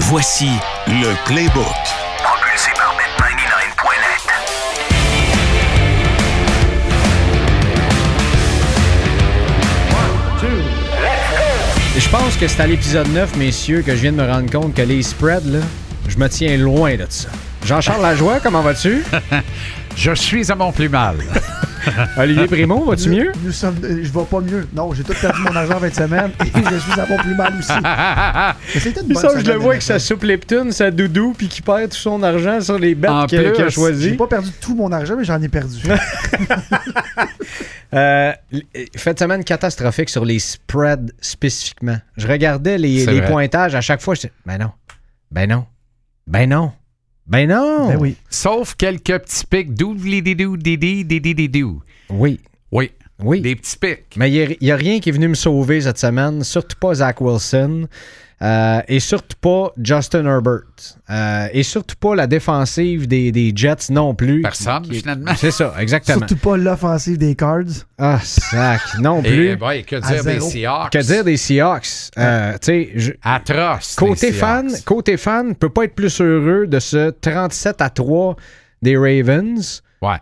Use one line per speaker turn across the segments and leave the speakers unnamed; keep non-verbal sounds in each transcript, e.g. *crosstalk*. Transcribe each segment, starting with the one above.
Voici le Playbook. Propulsé par bet99.net.
Je pense que c'est à l'épisode 9, messieurs, que je viens de me rendre compte que les spreads, là, je me tiens loin de ça. Jean-Charles Lajoie, comment vas-tu?
*laughs* Je suis à mon plus mal.
*laughs* Olivier Primo, vas-tu
Nous-
mieux?
Nous sommes, euh, je vais pas mieux. Non, j'ai tout perdu mon argent en 20 semaines et je suis à mon plus mal
*laughs*
aussi.
Ah,
Mais c'était une bonne
Ça, je le
semaine,
vois avec sa
honnêtement.
soupe Leptune, sa doudou, puis qui perd tout son argent sur les
En
bêtes qu'il qu'il a
plus,
J'ai
choisies.
pas perdu tout mon argent, mais j'en ai perdu.
Euh, l- euh, Faites semaine catastrophique sur les spreads spécifiquement. Je regardais les,
C'est
les
vrai.
pointages à chaque fois. Je disais, ben non, ben non, ben non, *laughs* ben non.
ben oui.
Sauf quelques petits pics. Doudlididou, didi, didi, didou.
Oui,
Oui,
oui.
des petits pics.
Mais il n'y a, rien qui est venu me sauver cette semaine, surtout pas Zach Wilson euh, et surtout pas Justin Herbert euh, et surtout pas la défensive des, des Jets non plus.
Personne,
Qui- qui-
finalement.
C'est ça, exactement.
Surtout pas l'offensive des Cards.
Ah, sac, non
Et
plus.
boy, Eh ben, que
À
dire des
zéro.
Seahawks?
Que dire des Seahawks? Euh, tu sais, je-
Atroce.
Côté
les
fan,
Seahawks.
côté fan, peut pas être plus heureux de ce 37 à 3 des Ravens.
Ouais.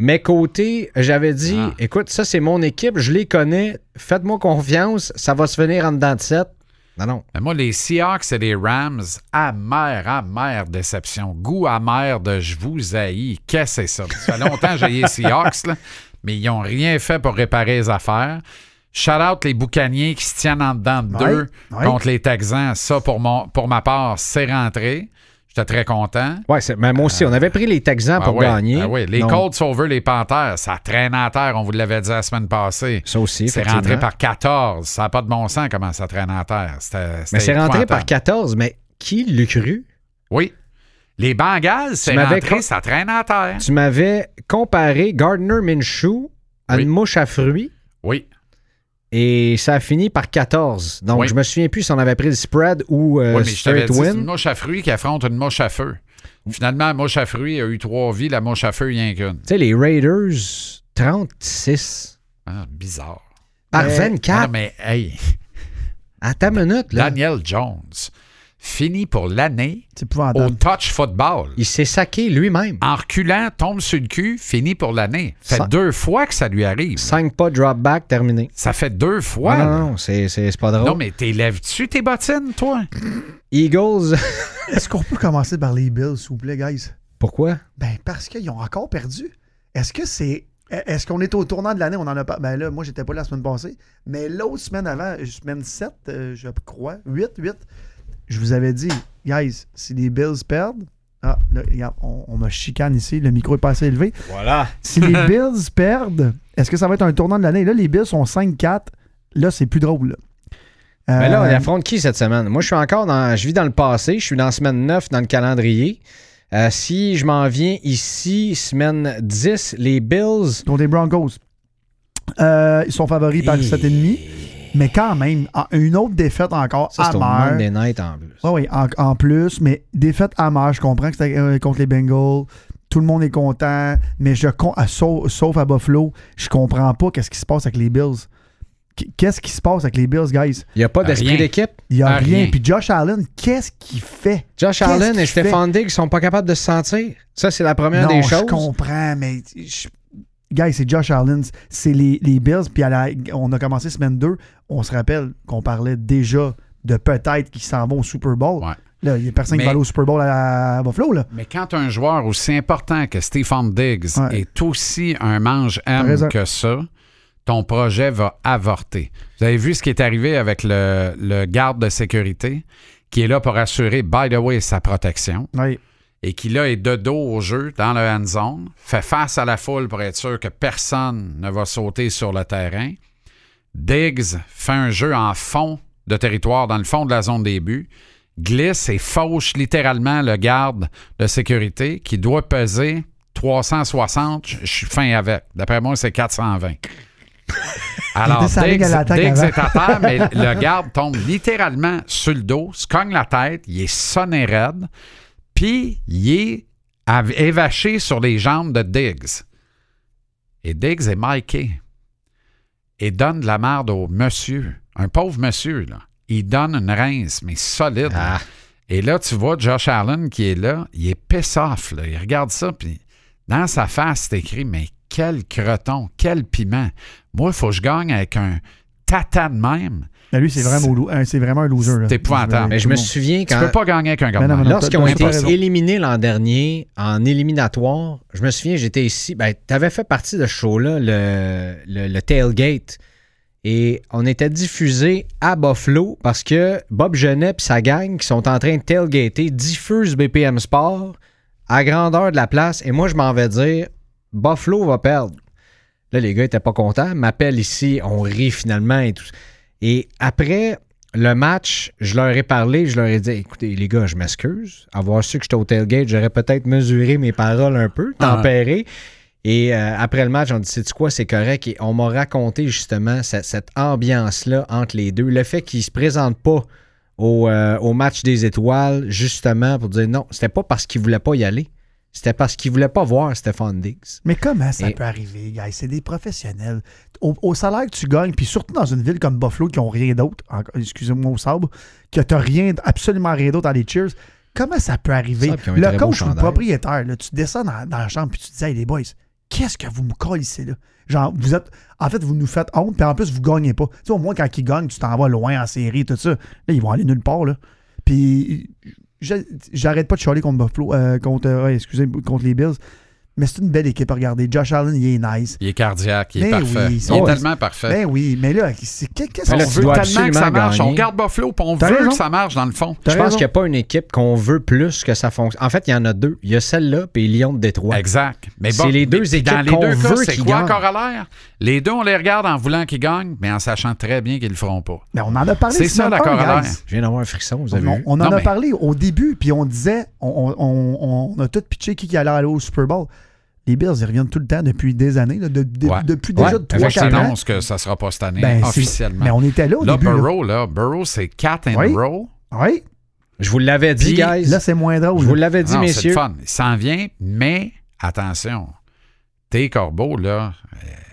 Mais côté, j'avais dit,
Ah.
écoute, ça c'est mon équipe, je les connais, faites-moi confiance, ça va se venir en dedans de 7. Non, non.
Mais Ben, moi, les Seahawks et les Rams, amère, amère déception. Goût amer de je vous haïs. Qu'est-ce que c'est ça? Ça fait longtemps que j'ai les Seahawks, là, mais ils n'ont rien fait pour réparer les affaires. Shout out les boucaniers qui se tiennent en dedans de
Ouais,
deux
ouais.
contre les Texans. Ça, pour, mon, pour ma part, c'est rentré. J'étais très content.
Ouais, c'est- mais moi aussi, on avait pris les Texans
Ah
pour
ouais,
gagner.
ah ouais. Les
Donc,
Colts sauvent les Panthers. Ça traîne à terre, on vous l'avait dit la semaine passée.
Ça aussi,
C'est
effectivement.
rentré par 14. Ça n'a pas de bon sens comment ça traîne à terre. C'était-
Mais
c'était
c'est rentré par
épouvantable.
14, mais qui l'eût cru?
Oui. Les Bengals, c'est
m'avais
rentré,
con-
ça traîne à terre.
Tu m'avais comparé Gardner Minshew à
Oui.
une mouche à fruits.
Oui.
Et ça a fini par 14. Donc,
Oui.
je me souviens plus si on avait pris le spread ou euh,
oui, mais je t'avais
straight
dit, c'est une
win.
mouche à fruits qui affronte une mouche à feu. Finalement, la mouche à fruits a eu trois vies, la mouche à feu, rien qu'une.
Tu sais, les Raiders, 36
Ah, bizarre.
par
Mais-
Ah,
24.
non, mais hey,
à ta minute, là,
Daniel Jones, fini pour l'année
C'est
au
épouvantable.
touch football.
Ah, ben. il s'est saqué lui-même.
En reculant, tombe sur le cul, fini pour l'année. Ça fait
Ça-
deux fois que ça lui arrive.
5 pas drop back terminé.
Ça fait deux fois.
Ah, Non,
là.
non, non, c'est c'est- c'est pas drôle.
Non, mais t'élèves-tu tes bottines, toi?
Eagles, *laughs*
Est-ce qu'on peut commencer par les Bills, s'il vous plaît, guys?
pourquoi?
Ben, parce qu'ils ont encore perdu. Est-ce que c'est. Est-ce qu'on est au tournant de l'année? On en a pas. Ben là, moi, j'étais pas là la semaine passée. Mais l'autre semaine avant, euh, semaine 7, euh, je crois, 8, 8, je vous avais dit, guys, si les Bills perdent. Ah, là, regarde, on, on me chicane ici, le micro est pas assez élevé.
Voilà.
Si les Bills perdent, est-ce que ça va être un tournant de l'année? Là, les Bills sont 5-4. Là, c'est plus drôle. là. Euh,
Mais Ben là, on affronte qui cette semaine? Moi, je suis encore dans. Je vis dans le passé. Je suis dans semaine 9 dans le calendrier. Euh, si je m'en viens ici, semaine 10, les Bills.
dont des Broncos. Euh, ils sont favoris par
Et-
7,5. Mais quand même, en- une autre défaite encore
Ça, c'est au monde
amère.
des Nights en plus.
Oui, oui, en, en plus, mais défaite amère. Je comprends que c'était euh, contre les Bengals. Tout le monde est content, mais je con- à- sauf, sauf à Buffalo, je comprends pas qu'est-ce qui se passe avec les Bills. Qu- Qu'est-ce qui se passe avec les Bills, guys?
Il n'y a pas d'esprit
Rien.
d'équipe.
Il y a
Ah,
rien.
rien.
Puis Josh Allen, qu'est-ce qu'il fait?
Josh
Qu'est-ce
Allen et
qu'il fait?
Stéphane Diggs sont pas capables de se sentir. Ça, c'est la première
non,
des
je
choses.
comprends, mais... je- Guys, c'est Josh Allen, c'est les, les Bills. Puis à la- on a commencé semaine 2, on se rappelle qu'on parlait déjà de peut-être qu'ils s'en vont au Super Bowl.
Ouais.
Là, il n'y a personne
Mais-
qui va aller au Super Bowl à, à Buffalo, là.
Mais quand un joueur aussi important que Stephen Diggs
Ouais.
est aussi un mange
T'as
M
raison.
que ça, ton projet va avorter. Vous avez vu ce qui est arrivé avec le, le garde de sécurité qui est là pour assurer, by the way, sa protection
Oui.
et qui là est de dos au jeu dans le hand zone, fait face à la foule pour être sûr que personne ne va sauter sur le terrain. Diggs fait un jeu en fond de territoire, dans le fond de la zone des buts, glisse et fauche littéralement le garde de sécurité qui doit peser 360, je je suis fin avec. D'après moi, c'est
*laughs*
420. Alors,
était sa
Diggs,
ligue à l'attaque
Diggs
avant.
est à terre,
*laughs*
mais le garde tombe littéralement sur le dos, se cogne la tête, il est sonné raide, puis il est av- évaché sur les jambes de Diggs. Et Diggs est Mikey. Et donne de la merde au monsieur. Un pauvre monsieur, là. Il donne une rince, mais solide. là.
Ah.
Et là, tu vois Josh Allen qui est là, il est piss-off. là. Il regarde ça, puis dans sa face, c'est écrit Mais quel creton, quel piment. Moi, il faut que je gagne avec un tata de même.
Mais lui, c'est vraiment, au lo- hein, c'est vraiment un loser. là.
C'est épouvantable.
vais-
Mais je me
tout le
souviens
Tu
quand.
peux pas gagner avec un gars de
Mais non,
même.
mais non.
Lorsqu'ils ont
T'as
été
bien raison.
éliminés l'an dernier en éliminatoire, je me souviens, j'étais ici. Ben, t'avais fait partie de ce show-là, le, le- le Tailgate. Et on était diffusé à Buffalo parce que Bob Genet et sa gang qui sont en train de tailgater diffusent BPM Sport à grandeur de la place. Et moi, je m'en vais dire Buffalo va perdre. Là, les gars étaient pas contents. M'appellent ici, on rit finalement et tout. Et après le match, je leur ai parlé, je leur ai dit écoutez, les gars, je m'excuse. Avoir su que j'étais au tailgate, j'aurais peut-être mesuré mes paroles un peu,
Ah.
tempéré. Et euh, après le match, on dit c'est quoi, c'est correct. Et on m'a raconté justement ce- cette, ambiance-là entre les deux. Le fait qu'ils se présentent pas au, euh, au match des étoiles, justement, pour dire non, c'était pas parce qu'ils voulaient pas y aller. C'était parce qu'ils voulaient pas voir Stéphane Diggs.
Mais comment ça
Et-
peut arriver, guys? C'est des professionnels. Au, au salaire que tu gagnes, puis surtout dans une ville comme Buffalo qui ont rien d'autre, encore- excusez-moi au sable, que t'as rien, absolument rien d'autre dans les cheers, comment ça peut arriver?
Ça, puis ils ont un
le
très beau
coach ou le
chandail.
propriétaire, là, tu descends dans, dans la chambre puis tu dis, hey les boys, qu'est-ce que vous me collissez là? Genre, vous êtes. En fait, vous nous faites honte, puis en plus, vous gagnez pas. Tu sais, au moins, quand ils gagnent, tu t'en vas loin en série, tout ça. Là, ils vont aller nulle part, là. Puis, je- j'arrête pas de chialer contre Buffalo, euh, contre, euh, ouais, excusez, contre les Bills. Mais c'est une belle équipe à regarder. Josh Allen, il est nice.
Il est cardiaque, il est
Mais
parfait.
oui,
il est
ouais.
tellement parfait.
Ben oui, mais là, c'est qu'est- qu'est-ce
Mais
qu'on
là,
on
tu
veut
veut?
dois
tellement que ça
absolument
marche.
gagner.
On garde Buffalo, puis on
T'as
veut
raison.
que ça marche dans le fond.
T'as
Je pense
raison.
qu'il n'y a pas une équipe qu'on veut plus que ça fonctionne. En fait, il y en a deux. Il y a celle-là puis Lyon de Détroit.
Exact. Mais
C'est les deux
mais- puis
équipes
dans les
qu'on
deux cas,
veut
c'est
qui
quoi
gagnent.
corollaire? Les deux, on les regarde en voulant qu'ils gagnent, mais en sachant très bien qu'ils le feront pas.
Ben, on en a parlé.
C'est
ce
ça, la
matin,
corollaire.
guys.
Je viens d'avoir un frisson, vous avez
On,
vu.
on en
Non,
a
mais-
parlé au début, puis on disait, on, on- on- on a tout pitché qui, qui allait aller au Super Bowl. Les Bills, ils reviennent tout le temps depuis des années, là, de- de-
Ouais.
depuis
Ouais,
déjà de
Moi,
Moi,
je
3-4 ans.
t'annonce que ça sera pas cette année,
Ben, c'est-
officiellement.
Mais on était là au
là,
début. là.
Burrow, là, Burrow, c'est 4 in
Oui.
a row.
Oui,
Je vous l'avais dit,
Puis,
guys.
là, c'est moins drôle.
je vous l'avais dit,
Non, c'est le
messieurs.
fun. Il s'en vient, mais attention. Tes corbeaux, là.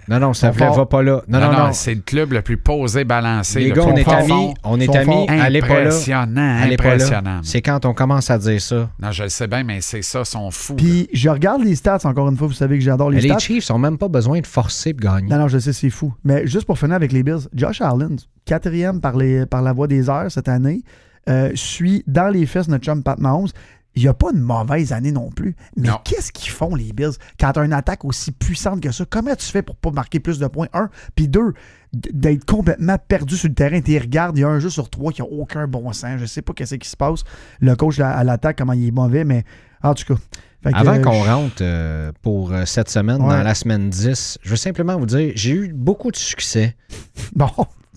Non, non, ça
Ils sont
ne va
forts.
pas là. Non, non, non.
C'est le club le plus posé, balancé.
Les
le
gars,
plus
on est
profond.
amis. On
Ils
est
sont
amis.
forts.
Allez pas là.
Impressionnant,
Allez pas là.
impressionnant.
C'est quand on commence à dire ça.
Non, je le sais bien, mais c'est ça, son fou.
Puis je regarde les stats, encore une fois, vous savez que j'adore
Mais
les
Les,
stats.
Chiefs n'ont même pas besoin de forcer pour gagner.
Non, non, je sais, c'est fou. Mais juste pour finir avec les Bills, Josh Allen, quatrième par, les, par la voie des heures cette année, euh, suit dans les fesses notre chum Pat Mahomes. Il n'y a pas de mauvaise année non plus. Mais
Non.
qu'est-ce qu'ils font, les Bills, quand tu as une attaque aussi puissante que ça? Comment tu fais pour pas marquer plus de points? Un. Puis deux, d- d'être complètement perdu sur le terrain. Tu regardes, il y a un jeu sur trois qui n'a aucun bon sens. Je sais pas qu'est-ce qui se passe. Le coach là, à l'attaque, comment il est mauvais, mais en tout cas. Fait que,
Avant
euh,
qu'on
je-
rentre euh, pour euh, cette semaine,
Ouais.
dans la semaine 10, je veux simplement vous dire, j'ai eu beaucoup de succès
*laughs* Bon.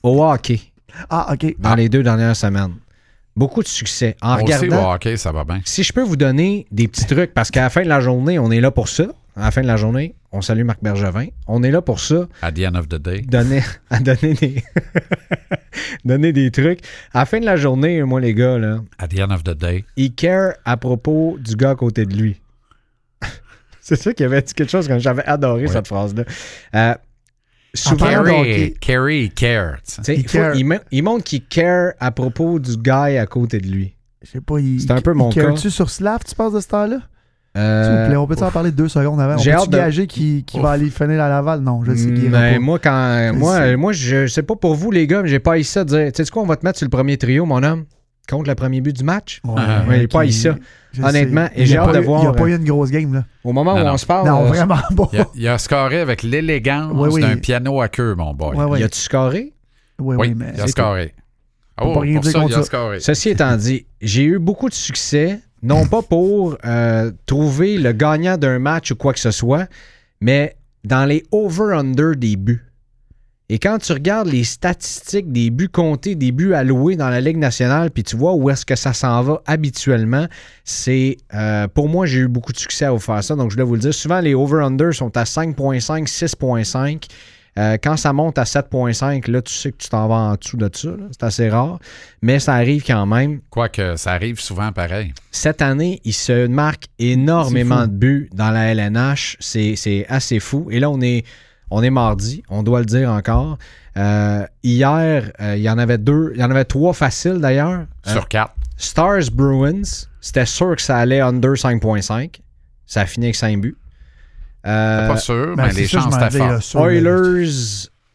au hockey
Ah, OK.
dans les deux dernières semaines. Beaucoup de succès. En
on le sait,
regardant,
au hockey, ça va bien.
Si je peux vous donner des petits trucs, parce qu'à la fin de la journée, on est là pour ça. À la fin de la journée, on salue Marc Bergevin. On est là pour ça,
At the end of the day.
donner, *laughs* à donner des, *laughs* donner des trucs. À la fin de la journée, moi, les gars, là,
At the end of the day.
il care à propos du gars à côté de lui. *laughs* C'est sûr qu'il avait dit quelque chose comme j'avais adoré
Ouais.
cette phrase-là. Euh, souvent,
parlant de
Carry, carry,
hockey.
care. tu sais.
tu sais,
Il
faut-
care.
il, mon- il montre qu'il care à propos du gars à côté de lui.
Je sais pas, il.
C'est un peu mon
il care-tu
cas.
sur Slav, tu passes de ce temps-là? S'il
Euh,
vous plaît, on peut en parler deux secondes avant. On
j'ai
peut
hâte de- Mm,
gager qui, qui va aller finir à Laval? Non, je sais qu'il ira
Mais
pas.
Ben, moi, quand,
Je
moi,
sais.
moi, je sais pas pour vous, les gars, mais j'ai pas eu ça de dire. Tu sais quoi, on va te mettre sur le premier trio, mon homme, contre le premier but du match.
Ah,
ouais, il est pas
qui-
ici, ça.
je
Honnêtement,
sais.
et j'ai
Il a
hâte
pas
de
eu-
voir,
Il n'y a pas
euh,
eu une grosse game, là.
Au moment
Non,
où
non.
on se parle,
Non,
euh,
vraiment pas.
Il a, il a scoré avec l'élégance
Oui, oui.
d'un piano à queue, mon boy.
Ouais, ouais.
y a-tu scoré?
Oui,
Oui, oui, mais.
il a
c'est
scoré. Oh,
pas rien
pour
dire
ça, il
contre
a
ça.
scoré.
Ceci étant dit, j'ai eu beaucoup de succès, non pas pour euh, trouver le gagnant d'un match ou quoi que ce soit, mais dans les over-under des buts. Et quand tu regardes les statistiques des buts comptés, des buts alloués dans la Ligue nationale, puis tu vois où est-ce que ça s'en va habituellement, c'est euh, pour moi, j'ai eu beaucoup de succès à vous faire ça. Donc, je voulais vous le dire. Souvent, les over-under sont à 5.5, 6.5. Euh, quand ça monte à 7.5, là, tu sais que tu t'en vas en dessous de ça. là. C'est assez rare. Mais ça arrive quand même.
Quoique, ça arrive souvent pareil.
Cette année, il se marque énormément de buts dans la LNH. C'est c'est assez fou. Et là, on est, on est mardi, on doit le dire encore. Euh, hier, euh, il y en avait deux, il y en avait trois faciles d'ailleurs. Euh,
Sur quatre.
Stars Bruins, c'était sûr que ça allait under 5.5. Ça a fini avec 5 buts. Euh,
pas sûr,
Ben,
mais
c'est
les
ça, je
chances
m'en
étaient
dis, là,
fortes.
sur le-
Oilers,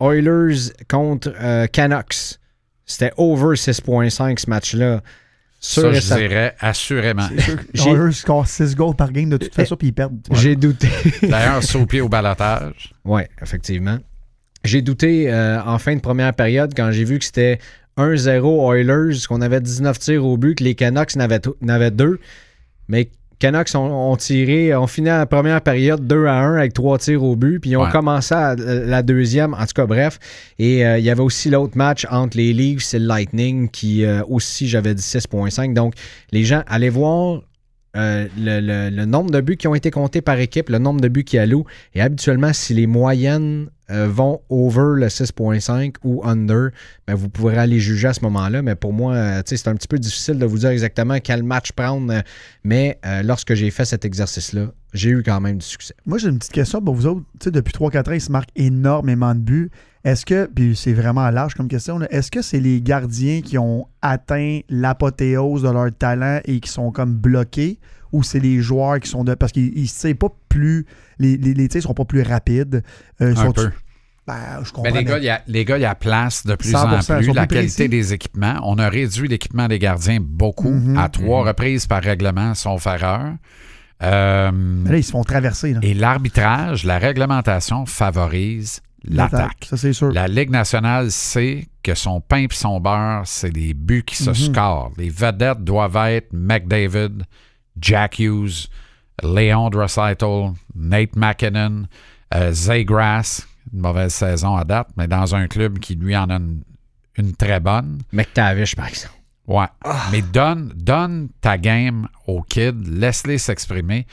Oilers contre euh, Canucks. C'était over 6.5 ce match-là. Sûr
Ça,
et
je
certain.
dirais assurément.
J'ai- Eh,
Oilers score 6 goals par game de toute façon, puis ils perdent.
J'ai douté.
D'ailleurs, sous pied au balotage.
Oui, effectivement. J'ai douté euh, en fin de première période quand j'ai vu que c'était 1-0 Oilers, qu'on avait 19 tirs au but, que les Canucks n'avaient t- n'avaient deux. Mais Canucks ont, ont tiré, ont fini la première période 2 à 1 avec trois tirs au but, puis ils ont
Ouais.
commencé à- la deuxième, en tout cas bref. Et euh, il y avait aussi l'autre match entre les Leafs et le Lightning qui euh, aussi j'avais dit 6.5. Donc les gens, allez voir euh, le, le- le nombre de buts qui ont été comptés par équipe, le nombre de buts qui allouent. Et habituellement, si les moyennes euh, vont over le 6.5 ou under, ben, vous pourrez aller juger à ce moment-là. Mais pour moi, euh, tu sais, c'est un petit peu difficile de vous dire exactement quel match prendre. euh, Mais euh, lorsque j'ai fait cet exercice-là, j'ai eu quand même du succès.
Moi, j'ai une petite question pour vous autres. Tu sais, depuis 3-4 ans, ils se marquent énormément de buts. Est-ce que, puis c'est vraiment large comme question, là, est-ce que c'est les gardiens qui ont atteint l'apothéose de leur talent et qui sont comme bloqués ou c'est les joueurs qui sont de. Parce qu'ils ne tirent pas plus. Les, les, les tirs sont pas plus rapides. Euh, ils
Un
sont-
peu.
Ben, je comprends.
Mais les
mais-
gars, il y a- les gars, il y a place de plus
100%,
en
ils
plus.
sont
La
plus
qualité
précis.
des équipements. On a réduit l'équipement des gardiens beaucoup.
Mhm.
À trois reprises par règlement, sauf erreur. Euh,
mais là, ils se font traverser. là.
et l'arbitrage, la réglementation favorise l'attaque.
Ça, c'est sûr.
La Ligue nationale sait que son pain et son beurre, c'est les buts qui se scorent. Les vedettes doivent être McDavid, Jack Hughes, Léon Draisaitl, Nate McKinnon, euh, Zay Grass, une mauvaise saison à date, mais dans un club qui, lui, en a une, une très bonne.
McTavish, par exemple.
Ouais. Mais donne, donne ta game aux kids, laisse-les s'exprimer.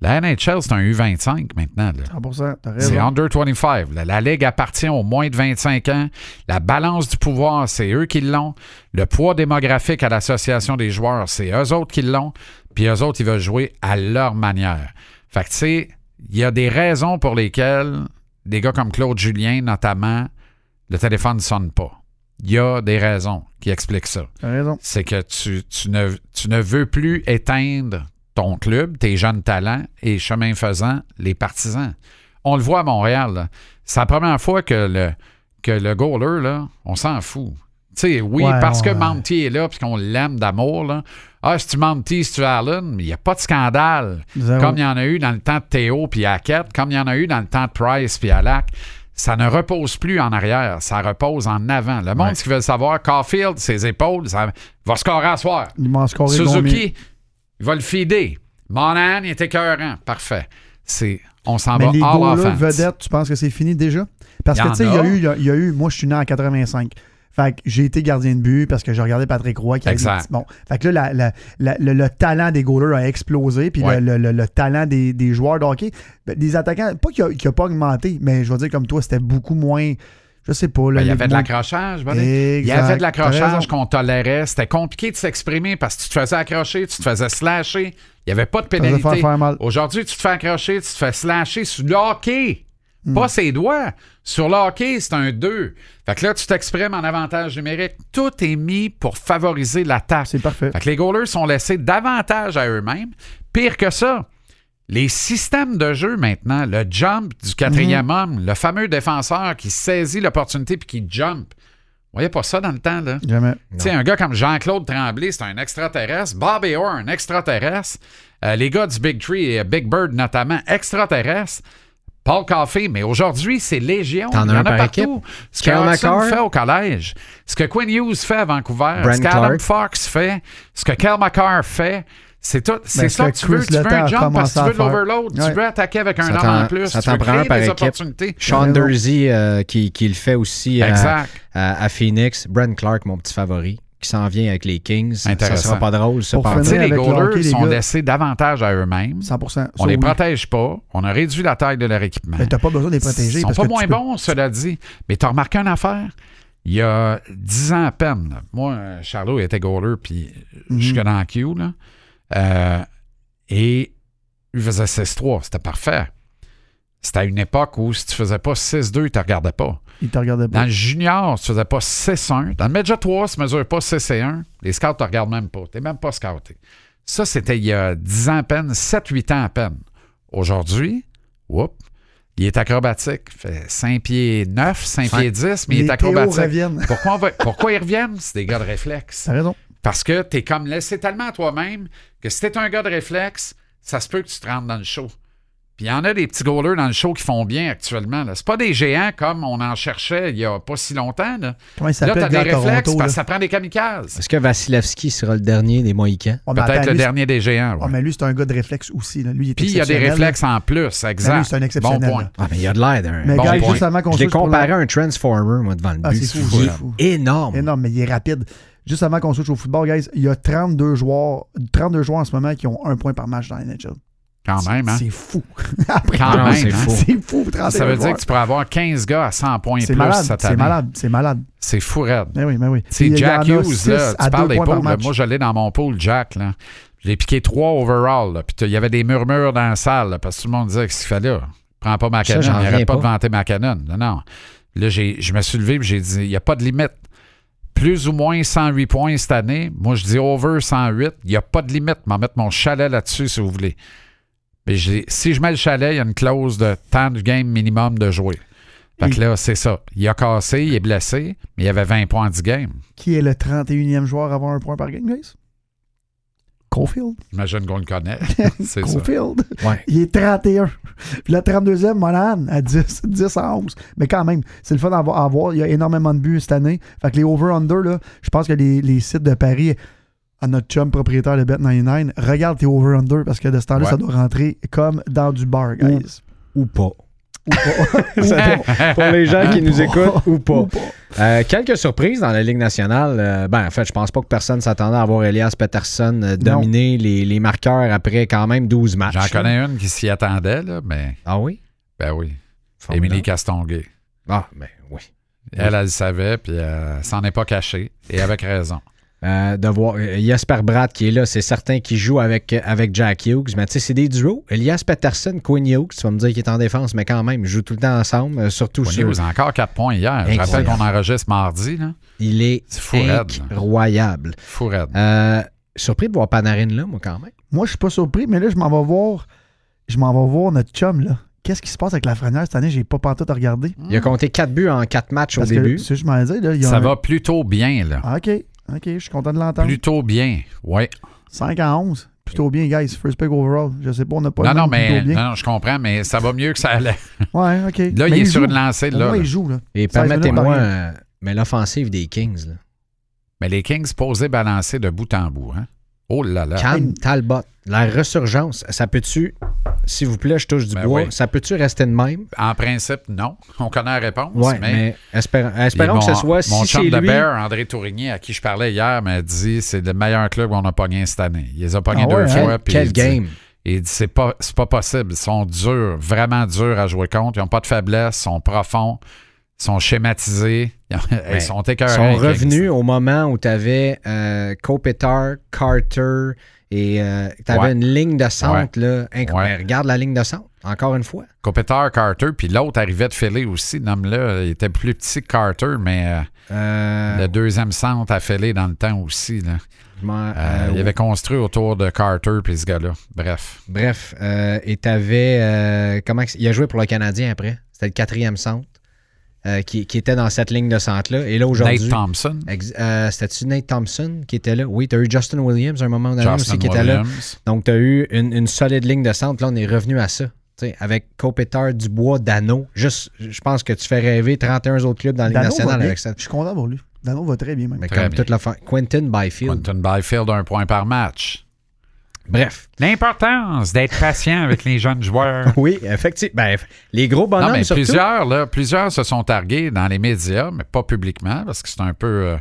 La NHL, c'est un U25 maintenant. là.
100%, t'as
C'est
raison.
under 25. La, la Ligue appartient aux moins de 25 ans. La balance du pouvoir, c'est eux qui l'ont. Le poids démographique à l'association des joueurs, c'est eux autres qui l'ont. Puis eux autres, ils veulent jouer à leur manière. Fait que, tu sais, il y a des raisons pour lesquelles des gars comme Claude Julien, notamment, le téléphone ne sonne pas. Il y a des raisons qui expliquent ça
T'as raison.
c'est que tu, tu ne, tu ne veux plus éteindre ton club, tes jeunes talents et chemin faisant, les partisans. On le voit à Montréal. là. C'est la première fois que le, que le goaler, là, on s'en fout. Tu sais, oui,
Ouais,
parce que
ouais.
Monty est là, parce qu'on l'aime d'amour. là. Ah, si tu Monty, si tu Allen, il n'y a pas de scandale.
Zéro.
Comme il y en a eu dans le temps de Théo puis Hackett, comme il y en a eu dans le temps de Price puis Alak, ça ne repose plus en arrière, ça repose en avant. Le monde qui veut le savoir, Caulfield, ses épaules, ça va scorer à soir.
Ils m'ont scoré combien?
Suzuki, il va le feeder. Monahan, il est écœurant. Parfait. C'est, on s'en va
Mais les
all
goalers
offense.
vedettes, tu penses que c'est fini déjà? Parce
Il y
que, tu sais,
en
il y, a
a.
eu- il y a- il y a eu, moi, je suis né en 85. Fait que j'ai été gardien de but parce que j'ai regardé Patrick Roy qui a
Exact.
Bon, fait que là, la- la- la- le, le talent des goalers a explosé, puis le-
Ouais.
le, le- le talent des, des joueurs de hockey, ben, des attaquants, pas qu'il n'a pas augmenté, mais je veux dire, comme toi, c'était beaucoup moins, je sais pas. là,
Ben, il y
les-
avait de
moins-
l'accrochage, Bonnet. Il y avait de
Exact. T'as
l'accrochage
raison.
qu'on tolérait. C'était compliqué de s'exprimer parce que tu te faisais accrocher, tu te faisais slasher. Il n'y avait pas de
Ça faisait
pénalité.
faire, faire mal.
Aujourd'hui, tu te fais accrocher, tu te fais slasher sur le hockey. Pas ses doigts. Sur le hockey, c'est un 2. Fait que là, tu t'exprimes en avantage numérique. Tout est mis pour favoriser l'attaque.
C'est parfait.
Fait que les goalers sont laissés davantage à eux-mêmes. Pire que ça, les systèmes de jeu maintenant, le jump du quatrième homme, le fameux défenseur qui saisit l'opportunité puis qui jump. Vous voyez pas ça dans le temps, là?
Jamais.
Tu sais, un gars comme Jean-Claude Tremblay, c'est un extraterrestre. Bob Orr, un extraterrestre. Euh, les gars du Big Tree et euh, Big Bird, notamment, extraterrestres. Paul Coffey, mais aujourd'hui, c'est Légion.
T'en
Il y
as
en
un
a
par
partout. Ce que
Kyle
Hudson
McCarr.
fait au collège, ce que Quinn Hughes fait à Vancouver,
Brent
ce qu'Adam
Clark.
Fox fait, ce que Kyle McCarr fait, c'est tout. C'est
ce
ça
que
que tu veux.
Chris
Tu veux
Letang
un
a
jump parce que
commencé
tu
à
veux de
faire.
l'overload.
Ouais.
Tu veux attaquer avec un
Ça
homme en
t'en-
plus.
ça
Tu
t'en
veux
prend un
créer
par
des
équipe.
opportunités.
Sean Dersey euh, qui, qui le fait aussi à,
Exact.
à- à Phoenix. Brent Clark, mon petit favori, qui s'en vient avec les Kings. Ça
Intéressant.
sera pas drôle, ce
Pour
parti.
Tu sais, les
Avec le
goalers
hockey, les
sont
gars.
laissés davantage à eux-mêmes.
100%.
On
Ça,
les
oui.
protège pas. On a réduit la taille de leur équipement.
Mais t'as pas besoin de les protéger.
Ils sont
parce
pas
que tu
moins
peux-
bons, cela dit. Mais tu as remarqué une affaire? Il y a 10 ans à peine, là, moi, euh, Charlot il était goaler, puis
Mhm.
jusque dans la queue, là. Euh, et il faisait 6-3, c'était parfait. C'était à une époque où si tu faisais pas 6-2, tu ne regardais pas.
Il te regardait
Dans
pas.
le junior, tu faisais pas 6-1. Dans le Major 3, tu ne mesures pas 6-1. Les scouts ne te regardent même pas. Tu n'es même pas scouté. Ça, c'était il y a 10 ans à peine, 7-8 ans à peine. Aujourd'hui, whoop, il est acrobatique. Fait 5 pieds 9, 5
Cinq.
pieds 10, mais il
Les
est
théos
acrobatique.
reviennent.
Pourquoi, on va- pourquoi ils reviennent? C'est des gars de réflexe.
T'as raison.
Parce que t'es comme laissé tellement à toi-même que si t'es un gars de réflexe, ça se peut que tu te rentres dans le show. Puis il y en a des petits goalers dans le show qui font bien actuellement. là. C'est pas des géants comme on en cherchait il y a pas si longtemps. Là,
Comment il
là
s'appelle
t'as
le
des
gars à
réflexes parce
Toronto? là?
que ça prend des kamikazes.
Est-ce que Vasilevski sera le dernier des Mohicans?
Ouais, Ah, mais
Peut-être
attends,
le
lui,
dernier des géants.
Ah,
ouais.
mais lui, c'est un gars de réflexe aussi. là. Lui, il est
Puis il y a des
exceptionnel,
réflexes en plus,
là. Mais lui,
exact.
c'est un
Bon
exceptionnel.
point.
là.
Ah, mais il a de l'air d'un.
Mais
Bon
gars,
point.
juste avant qu'on
je l'ai
switch pour
comparé
la-
à un Transformer, moi, devant le but.
Ah, c'est
C'est
fou,
fou.
c'est fou.
Énorme.
Énorme, mais il est rapide. Juste avant qu'on switch au football, guys, il y a 32 joueurs, 32 joueurs en ce moment qui ont un point par match dans la NHL.
Quand même, hein?
C'est fou. *laughs* Après,
Quand
Non,
même,
c'est
hein?
fou.
c'est fou. 32
Ça veut dire
joueurs.
que tu pourrais avoir 15 gars à 100 points
c'est
plus
malade,
cette
c'est
année.
malade, c'est malade.
C'est fou raide.
Mais oui, mais oui. Puis il
C'est
y
Jack
en a
Hughes,
six
là.
à
Tu parles
deux
des
points par
poules. là.
match.
Moi, je l'ai dans mon pool, Jack, là. J'ai piqué trois overall, là. Puis il y avait des murmures dans la salle, là, parce que tout le monde disait qu'est-ce qu'il fallait, là. Prends pas ma
Ça,
canon.
j'en
Il
reviens
arrête pas, de
pas.
vanter ma canon. Non, non. Là, j'ai- je me suis levé et j'ai dit, il n'y a pas de limite. Plus ou moins 108 points cette année. Moi, je dis over 108. Il n'y a pas de limite. M'en mettre mon chalet là-dessus, si vous voulez. Mais j'ai- si je mets le chalet, il y a une clause de temps de game minimum de jouer. Fait que là, c'est ça. Il a cassé, il est blessé, mais il avait 20 points du game.
Qui est le 31e joueur à avoir un point par game, guys? Cofield.
J'imagine qu'on le
*laughs*
connaît. C'est ça.
Cofield.
*laughs* Ouais.
Il est 31. Puis le 32e, Monahan, à 10, 10 à 11. Mais quand même, c'est le fun à vo- à voir. Il y a énormément de buts cette année. Fait que les over-under, là, je pense que les, les sites de Paris, à notre chum propriétaire de Bet99, regarde tes over-under parce que de ce temps-là,
Ouais.
ça doit rentrer comme dans du bar, guys.
Ou pas.
Ou pas.
Ça
Ou
dépend. Pour les gens qui nous écoutent, ou
pas.
pas.
Ou pas.
Euh, quelques surprises dans la Ligue nationale. Euh, ben, en fait, je pense pas que personne s'attendait à voir Elias Peterson euh, dominer les, les marqueurs après quand même 12 matchs.
J'en connais une qui s'y attendait, là, mais
Ah oui?
ben oui.
Formidable.
Émilie Castonguay.
Ah, ben oui.
Elle, elle le savait, puis euh, elle s'en est pas cachée, et avec raison.
Euh, de voir euh, Jasper Bratt qui est là, c'est certain qu'il joue avec, euh, avec Jack Hughes. Mais tu sais, c'est des duos. Elias Peterson, Quinn Hughes, tu vas me dire qu'il est en défense, mais quand même, ils jouent tout le temps ensemble, euh, surtout
Quinn
sur.
Hughes, encore 4 points hier. Je rappelle
Incroyable.
qu'on enregistre mardi, là.
Il est
C'est fou raide, là.
incroyable.
Fou raide.
Ah,
Euh, surpris de voir Panarin là, moi, quand même.
*laughs* Moi, je suis pas surpris, mais là, je m'en vais voir. Je m'en vais voir notre chum, là. Qu'est-ce qui se passe avec la frenière cette année? J'ai pas pantoute à regarder.
Hmm.
Il a compté 4 buts en 4 matchs
Parce
au début.
que, c'est ce que je m'en ai dit, là. il y a
Ça
un-
va plutôt bien, là.
Ah, OK. OK, je suis content de l'entendre.
Plutôt bien, oui.
5 à 11. Plutôt bien, guys. First pick overall. Je sais pas, on n'a pas
Non,
le
non,
même,
mais
plutôt bien.
non, non, je comprends, mais ça va mieux que ça
*laughs*
allait.
Ouais, OK.
Là,
Mais
il est
joue.
sur une lancée,
Pour
là.
moi,
là.
il joue, là.
Et
16 minutes
permettez-moi,
par
euh, mais l'offensive des Kings, là.
Mais les Kings posaient balancer de bout en bout, hein. Oh là là.
Cam Talbot, la resurgence, ça peut-tu, s'il vous plaît, je touche du
Ben
bois,
oui.
ça peut-tu rester de même?
En principe, non. On connaît la réponse,
Ouais, mais, espérons, espérons
Et
que
mon-
ce soit si
Mon
c'est
chum de
lui.
Bear, André Tourigny, à qui je parlais hier, m'a dit c'est le meilleur club qu'on a pogné cette année. Il les a pognés
Ah
deux
ouais, hein?
Quel,
fois. puis
quel
il dit-
game!
Il dit c'est pas, c'est pas possible. Ils sont durs, vraiment durs à jouer contre. Ils n'ont pas de faiblesse, ils sont profonds, ils sont schématisés. *laughs* Ils sont
Ils
écœurés.
sont revenus au moment où tu avais euh, Kopitar, Carter et tu avais
Ouais.
une ligne de centre là, incroyable.
Ouais.
Mais Regarde la ligne de centre, encore une fois.
Copeter, Carter, puis l'autre arrivait de Philly aussi. Nomme-le. Il était plus petit que Carter, mais euh,
Euh,
le deuxième centre à Philly dans le temps aussi. là.
je m'en-
Euh,
euh,
il avait construit autour de Carter puis ce gars-là. Bref.
Bref, euh, et t'avais. euh, comment que- il a joué pour le Canadien après C'était le quatrième centre euh, qui, qui était dans cette ligne de centre-là. Et là,
Nate
aujourd'hui.
Thompson.
ex- euh, C'était-tu Nate Thompson qui était là Oui, t'as eu Justin Williams à un moment donné
Justin
aussi qui était là.
Williams.
Donc, t'as eu une, une solide ligne de centre. Là, on est revenu à ça. Tu sais, avec Kopitar, Dubois, Dano. Juste, je pense que tu fais rêver 31 autres clubs dans la Ligue
Dano va
nationale
bien.
avec ça.
Je suis content pour lui. Dano va très bien, même.
Mais
Très
comme
bien.
toute la fin. Quentin Byfield.
Quentin Byfield, un point par match.
Bref.
L'importance d'être patient avec les jeunes
*laughs*
joueurs.
Oui, effectivement. Ben, les gros
Non,
bonhommes,
mais
surtout.
plusieurs, là, plusieurs se sont targués dans les médias, mais pas publiquement, parce que c'est un peu. euh,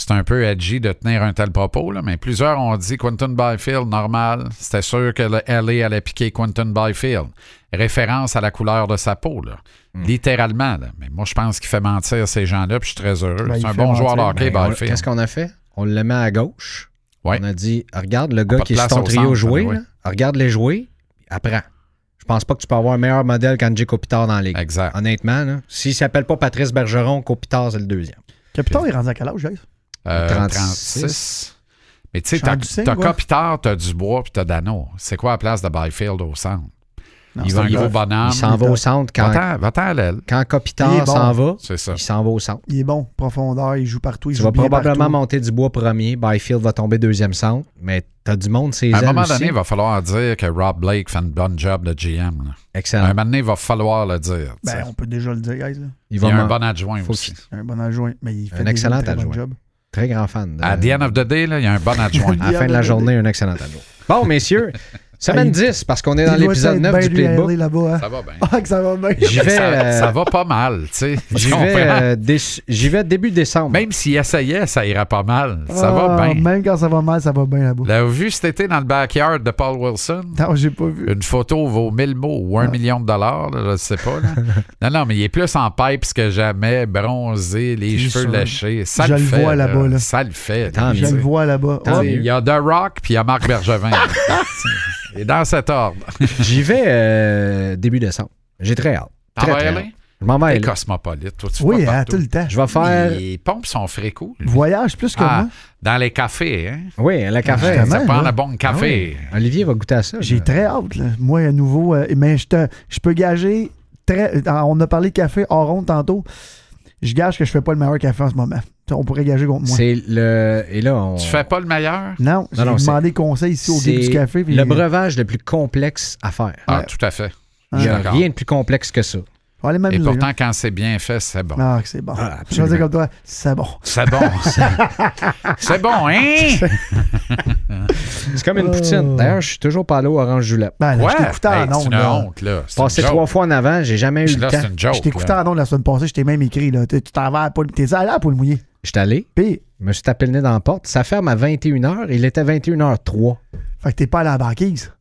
c'est un peu edgy de tenir un tel propos, là, mais plusieurs ont dit Quentin Byfield, normal. C'était sûr que le LA allait piquer Quentin Byfield. Référence à la couleur de sa peau, là.
Hmm.
littéralement. là. Mais moi, je pense qu'il fait mentir ces gens-là, puis je suis très heureux.
Ben, il
c'est un
fait
bon joueur de
mentir.
hockey,
Ben, on-
Byfield.
Qu'est-ce qu'on a fait? On le met à gauche.
Ouais.
On a dit, regarde le gars
pas de
qui est sur
place
ton
au
trio
centre,
joué.
anyway.
là. Regarde les jouer, apprends. Je pense pas que tu peux avoir un meilleur modèle qu'Angie Kopitar dans la ligue.
Exact.
Honnêtement, là. s'il s'appelle pas Patrice Bergeron, Kopitar, c'est le deuxième.
Capitaine est rendu à quel âge, Jeff?
Euh,
36.
36. Mais tu sais,
Jean
t'as
Ducing,
t'as
ouais.
Kopitar, t'as Dubois, puis t'as Dano. C'est quoi la place de Byfield au centre? il va un
il
gros
va-
bonhomme.
il s'en va au centre quand,
Va-t'en va-t'en à l'aile.
quand
Il
Kopitar
est bon.
s'en va.
C'est ça.
Il s'en va au centre.
Il est bon, profondeur, il joue partout. Il
Tu
joue
vas
bien
probablement
partout.
monter du bois premier. Byfield va tomber deuxième centre. Mais t'as du monde, c'est
À un moment donné, il va falloir dire que Rob Blake fait une bonne job de GM. là. À un
Excellent.
moment donné, il va falloir le dire. tu sais.
Ben, on peut déjà le dire, guys. là.
Il
il y
va
a un
man-
bon adjoint
faut
aussi.
qu'il-
C'est un bon adjoint, mais il fait
Un
déjà
excellent
très bon
adjoint.
job.
Très grand fan. de-
À the end of the day, là, il y a un bon adjoint.
*laughs* À la fin de la journée, un excellent adjoint. Bon,
*laughs*
messieurs, semaine
Il-
10, parce qu'on est dans
Il doit
l'épisode
être
9
bien
du
lui aller
Playbook.
là-bas. hein.
ça va bien.
Ah, que ça va bien.
J'y vais,
ça,
euh,
ça va pas mal, tu sais. Tu
j'y
comprends?
vais, euh, déce- j'y vais début décembre.
Même s'il essayait, ça irait pas mal. Ça va
Ah,
bien.
Même quand ça va mal, ça va bien là-bas.
L'avez vu cet été dans le backyard de Paul Wilson?
Non, j'ai pas vu.
Une photo vaut 1000 mots ou un million de dollars, là, je ne sais pas.
*laughs*
là. non, non, mais il est plus en pipe que jamais, bronzé, les
C'est
cheveux
sûr.
léchés. Ça
Je
le
le
fait.
vois là-bas, là.
Ça le fait.
Tant
là,
mieux.
tu
Je
sais.
le vois là-bas.
Tant
Oh,
mieux.
Il y a The Rock, puis il y a Marc
*laughs*
Bergevin. Et dans cet ordre.
J'y vais euh, début décembre. J'ai très hâte.
T'en
Très,
vas
très
aller?
hâte. Je m'en vais
Ah T'es
aller.
cosmopolite. Toi, tu
Oui,
vas
à
partout.
tout le temps.
Je vais faire.
Les pompes sont fréquentes.
Voyage plus
Ah.
que moi.
dans les cafés, hein?
Oui, à la café.
Justement.
Ça
Ouais,
prend
là. Ah
un bon café.
Olivier va goûter à ça.
J'ai
là.
très hâte, là. Moi, à nouveau, euh, mais je te, je peux gager. Très, euh, on a parlé de café hors ronde tantôt. Je gage que je fais pas le meilleur café en ce moment. Tu sais, On pourrait gager contre moi.
C'est le. Et là, on.
Tu fais pas le meilleur?
Non, j'ai
non,
demandé conseil ici au guide
c'est
du café. puis-
le breuvage le plus complexe à faire.
Ah, tout à fait.
Il n'y
Je suis
a
d'accord.
rien de plus complexe que ça.
Je vais aller
Et
m'amuser, là.
pourtant, quand c'est bien fait, c'est bon.
Ah, que c'est bon.
Ah,
je vais dire comme toi, c'est bon.
C'est
*laughs*
bon. c'est bon, hein?
C'est comme
Oh.
une poutine. D'ailleurs, je suis toujours pas allé au orange julep.
Ben, là,
Ouais.
je t'écoutais
Hey,
en
C'est
ondes.
une
là.
honte, là. C'est
Passé
une joke.
trois fois en avant, j'ai jamais eu le
Là, c'est
temps.
une joke.
Je t'écoutais
là.
en ondes la semaine passée, je t'ai même écrit. Là. Tu tu t'en vas à Paul. T'es allé à Paul Mouillé.
J'étais allé,
Puis,
je me suis tapé le nez dans la porte. Ça ferme à 21h. Il était 21h03.
fait que t'es pas allé à la banquise.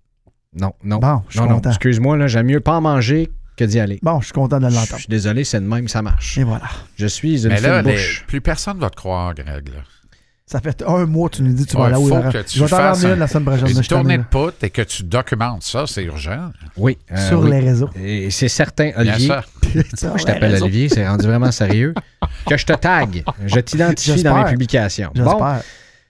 Non, non.
Bon, je suis
non, non.
content.
Excuse-moi, là, j'aime mieux pas en manger que d'y aller.
Bon, je suis content de
Je
l'entendre.
suis désolé, c'est de même, ça marche.
Et voilà.
Je suis une
Mais là,
fine
les-
bouche.
plus personne va te croire, Greg. Là.
Ça fait un mois que tu nous dis que tu vas
Ouais,
aller au
faut
Iran.
que tu
Je vais t'en
fasses
ramener
un-
une la semaine prochaine.
Une
je t'en
tournée
ai
de poutre et que tu documentes ça, c'est urgent.
Oui.
une.
euh,
Sur
oui.
les
*laughs*
réseaux.
Et c'est certain,
Bien
Olivier.
sûr.
je
Je t'appelle Olivier, c'est rendu vraiment sérieux. Que je te tague. Je t'identifie dans
J'espère.
mes publications. Bon,
J'espère.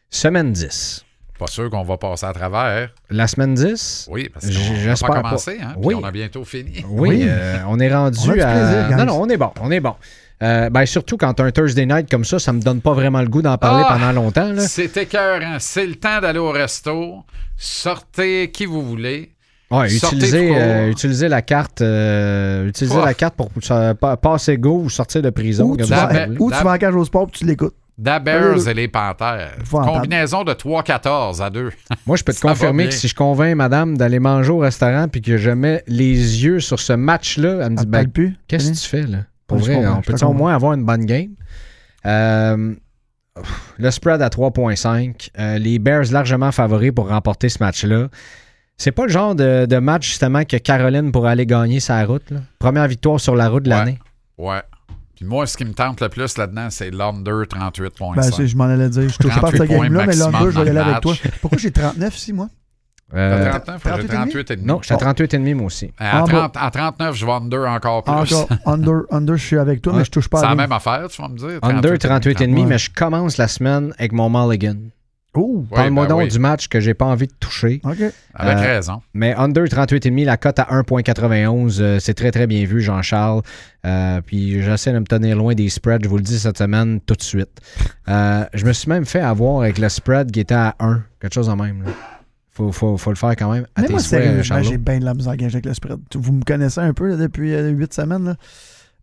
semaine 10.
Pas sûr qu'on va passer à travers.
La semaine 10,
Oui, parce
J-
qu'on n'a
j'espère
pas
pas.
commencé. Hein,
Oui.
Puis on a bientôt fini.
Oui,
Oui.
euh, on est rendu
On a du
à.
plaisir, guys.
non, non, on est bon, on est bon. Euh, ben surtout quand t'as un Thursday night comme ça, ça me donne pas vraiment le goût d'en parler
Ah!
pendant longtemps. là.
C'est écœurant. C'est le temps d'aller au resto. Sortez qui vous voulez.
Ouais,
Sortez
utiliser,
de cours.
euh, utiliser la carte, euh, utiliser
Oh.
la carte pour euh, pa- passer go ou sortir de prison.
Ou tu
comme
la-
ça.
vas- ou
la-
tu m'engages au sport puis tu l'écoutes.
Euh,
Dabbers et les Panthères.
Épouvantable.
Combinaison de 3-14 à 2.
Moi, je peux te
Ça va
confirmer
bien.
que si je convainc madame d'aller manger au restaurant puis que je mets les yeux sur ce match-là, elle me
Ça
dit
te
ben,
parle plus.
Qu'est-ce que tu
tu
fais, là? Pour
Ouais, je
vrai,
comprends,
on
je
peut
te
au
comprends.
moins avoir une bonne game? Euh, pff, le spread à 3,5. Euh, les Bears largement favoris pour remporter ce match-là. C'est pas le genre de, de match, justement, que Caroline pourrait aller gagner sa route. là. Première victoire sur la route de
Ouais.
l'année.
Ouais. Puis moi, ce qui me tente le plus là-dedans, c'est l'under 38.5.
Ben, c'est- je m'en allais dire. Je touche pas à
38
cette game-là,
points
mais
maximum
l'under, je vais y aller
dans le
avec toi.
match.
Pourquoi j'ai 39 ici, moi
Euh,
T'as 39, faut que j'ai 38 et demi.
non, j'étais à 38,5 moi aussi.
À,
Ah,
30 à 39, je vais under encore plus.
Encore, under, under, je suis avec toi,
Ah, Ouais.
mais je touche pas
C'est
à
la
lui.
même affaire, tu vas me dire.
Under 38,5,
Ouais.
mais je commence la semaine avec mon Mulligan.
Oh,
Oui,
Parle-moi
ben
donc
oui,
du match que j'ai pas envie de toucher.
OK.
Avec
Euh,
raison.
Mais under 38,5, la cote à 1,91, euh, c'est très, très bien vu, Jean-Charles. Euh, puis j'essaie de me tenir loin des spreads, je vous le dis cette semaine tout de suite. Euh, je me suis même fait avoir avec le spread qui était à 1, quelque chose en même. là. Faut, faut, faut le faire quand même. À
Mais
tes
moi,
souhaits,
sérieusement,
Charlot.
j'ai bien de la misère à gager avec le spread. Tu- Vous me connaissez un peu là, depuis 8 semaines. là.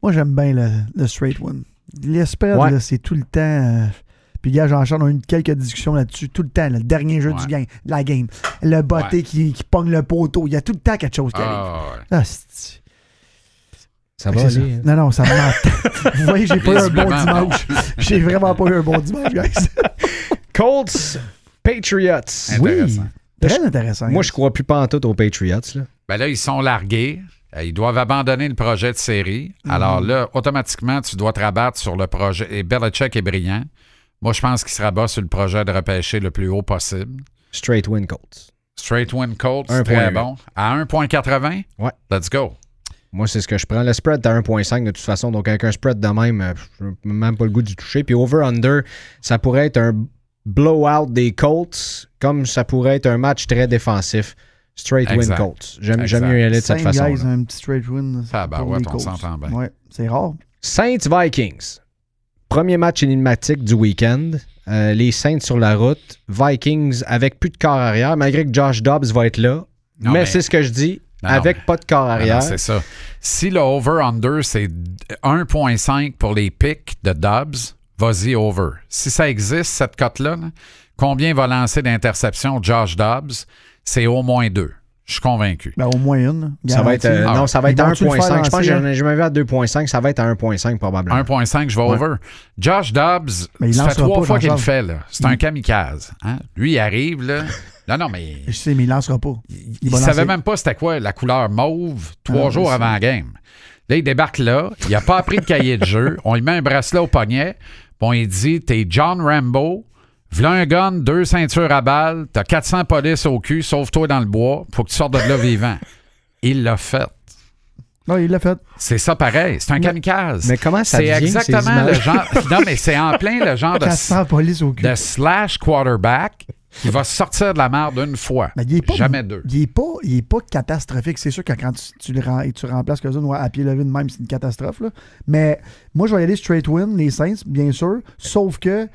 Moi, j'aime bien le, le straight one. Le spread,
Ouais.
là, c'est tout le temps. euh, Puis, gars, Jean-Charles, on a eu quelques discussions là-dessus tout le temps. là, le dernier jeu
Ouais.
du game, la game. Le botté
Ouais.
qui, qui pogne le poteau. Il y a tout le temps quelque chose qui arrive.
Ah, ouais.
Ah, c'est-
Ça
Fait
va
que c'est
aller. hein?
ça. Non, non, ça me
*laughs*
manque. Vous voyez, j'ai pas eu un bon
Visiblement, non.
dimanche. J'ai vraiment pas eu un bon dimanche,
*laughs*
guys.
hein? Colts, Patriots.
Intéressant.
Très intéressant. hein.
Moi, je crois plus pas en tout aux Patriots. Là.
*laughs* Ben là, ils sont largués. Euh, Ils doivent abandonner le projet de série. Alors là, automatiquement, tu dois te rabattre sur le projet. Et Belichick est brillant. Moi, je pense qu'il se rabat sur le projet de repêcher le plus haut possible.
Straight win Colts.
Straight win Colts, très
1.8.
bon. À 1.80?
Ouais.
Let's go.
Moi, c'est ce que je prends. Le spread, t'as 1.5 de toute façon. Donc, avec un spread de même, euh, je n'ai même pas le goût du toucher. Puis, over-under, ça pourrait être un blowout des Colts, comme ça pourrait être un match très défensif. Straight
Exact.
win Colts. J'aime
Exact.
j'aime mieux y aller de cette ben
Cinq guys, hein.
façon.
un petit straight win.
Ah, bah
pour
ouais,
les
on
Colts.
s'entend bien.
Ouais, c'est rare.
Saints Vikings. Premier match énigmatique du week-end. Euh, les Saints sur la route. Vikings avec plus de corps arrière, malgré que Josh Dobbs va être là.
Non,
mais
mais-
c'est ce que je dis.
Non, non,
avec
mais-
pas de corps
Ah non,
arrière.
c'est ça. Si le over-under, c'est 1.5 pour les pics de Dobbs, vas-y over. Si ça existe, cette cote-là, là, combien va lancer d'interceptions Josh Dobbs? C'est au moins deux. Je suis convaincu.
Ben, au moins une.
ça va être,
garantie.
euh,
Ah,
non, ça va
ils
être à
vont-tu le faire
1.5. Je pense que
lancer, hein?
j'en ai jamais vu à 2.5. Ça va être à 1.5 probablement.
1.5, je vais over. Josh Dobbs,
Ben, Mais il
ça fait
lancera
trois
pas,
fois qu'il le
Jean-Charles.
fait. là. C'est
Hmm.
un kamikaze. hein. Lui, il arrive.
*laughs*
Là. Non, non, mais
Je sais, mais il lancera pas.
il
va
savait
lancer.
même pas c'était quoi la couleur mauve trois
Ah,
jours
je
avant la game. Là, il débarque là, il n'a pas appris de cahier de jeu, on lui met un bracelet au poignet, puis on lui dit T'es John Rambo, v'là un gun, deux ceintures à balles, t'as 400 polices au cul, sauve-toi dans le bois, faut que tu sortes de là vivant. Il l'a fait.
Non, il l'a fait.
C'est ça pareil, c'est un kamikaze.
mais comment ça
C'est
vient, ces
exactement le
images?
genre. Non, mais c'est en plein le genre
*laughs*
de,
400 polices au cul.
de slash quarterback qui va sortir de la merde une fois,
Mais il est pas,
jamais deux.
Il n'est pas, il est pas catastrophique. C'est sûr que quand tu, tu le rem- et tu remplaces que ouais, à pied levé de même, c'est une catastrophe. là. Mais moi, je vais y aller straight win, les Saints, bien sûr. Sauf que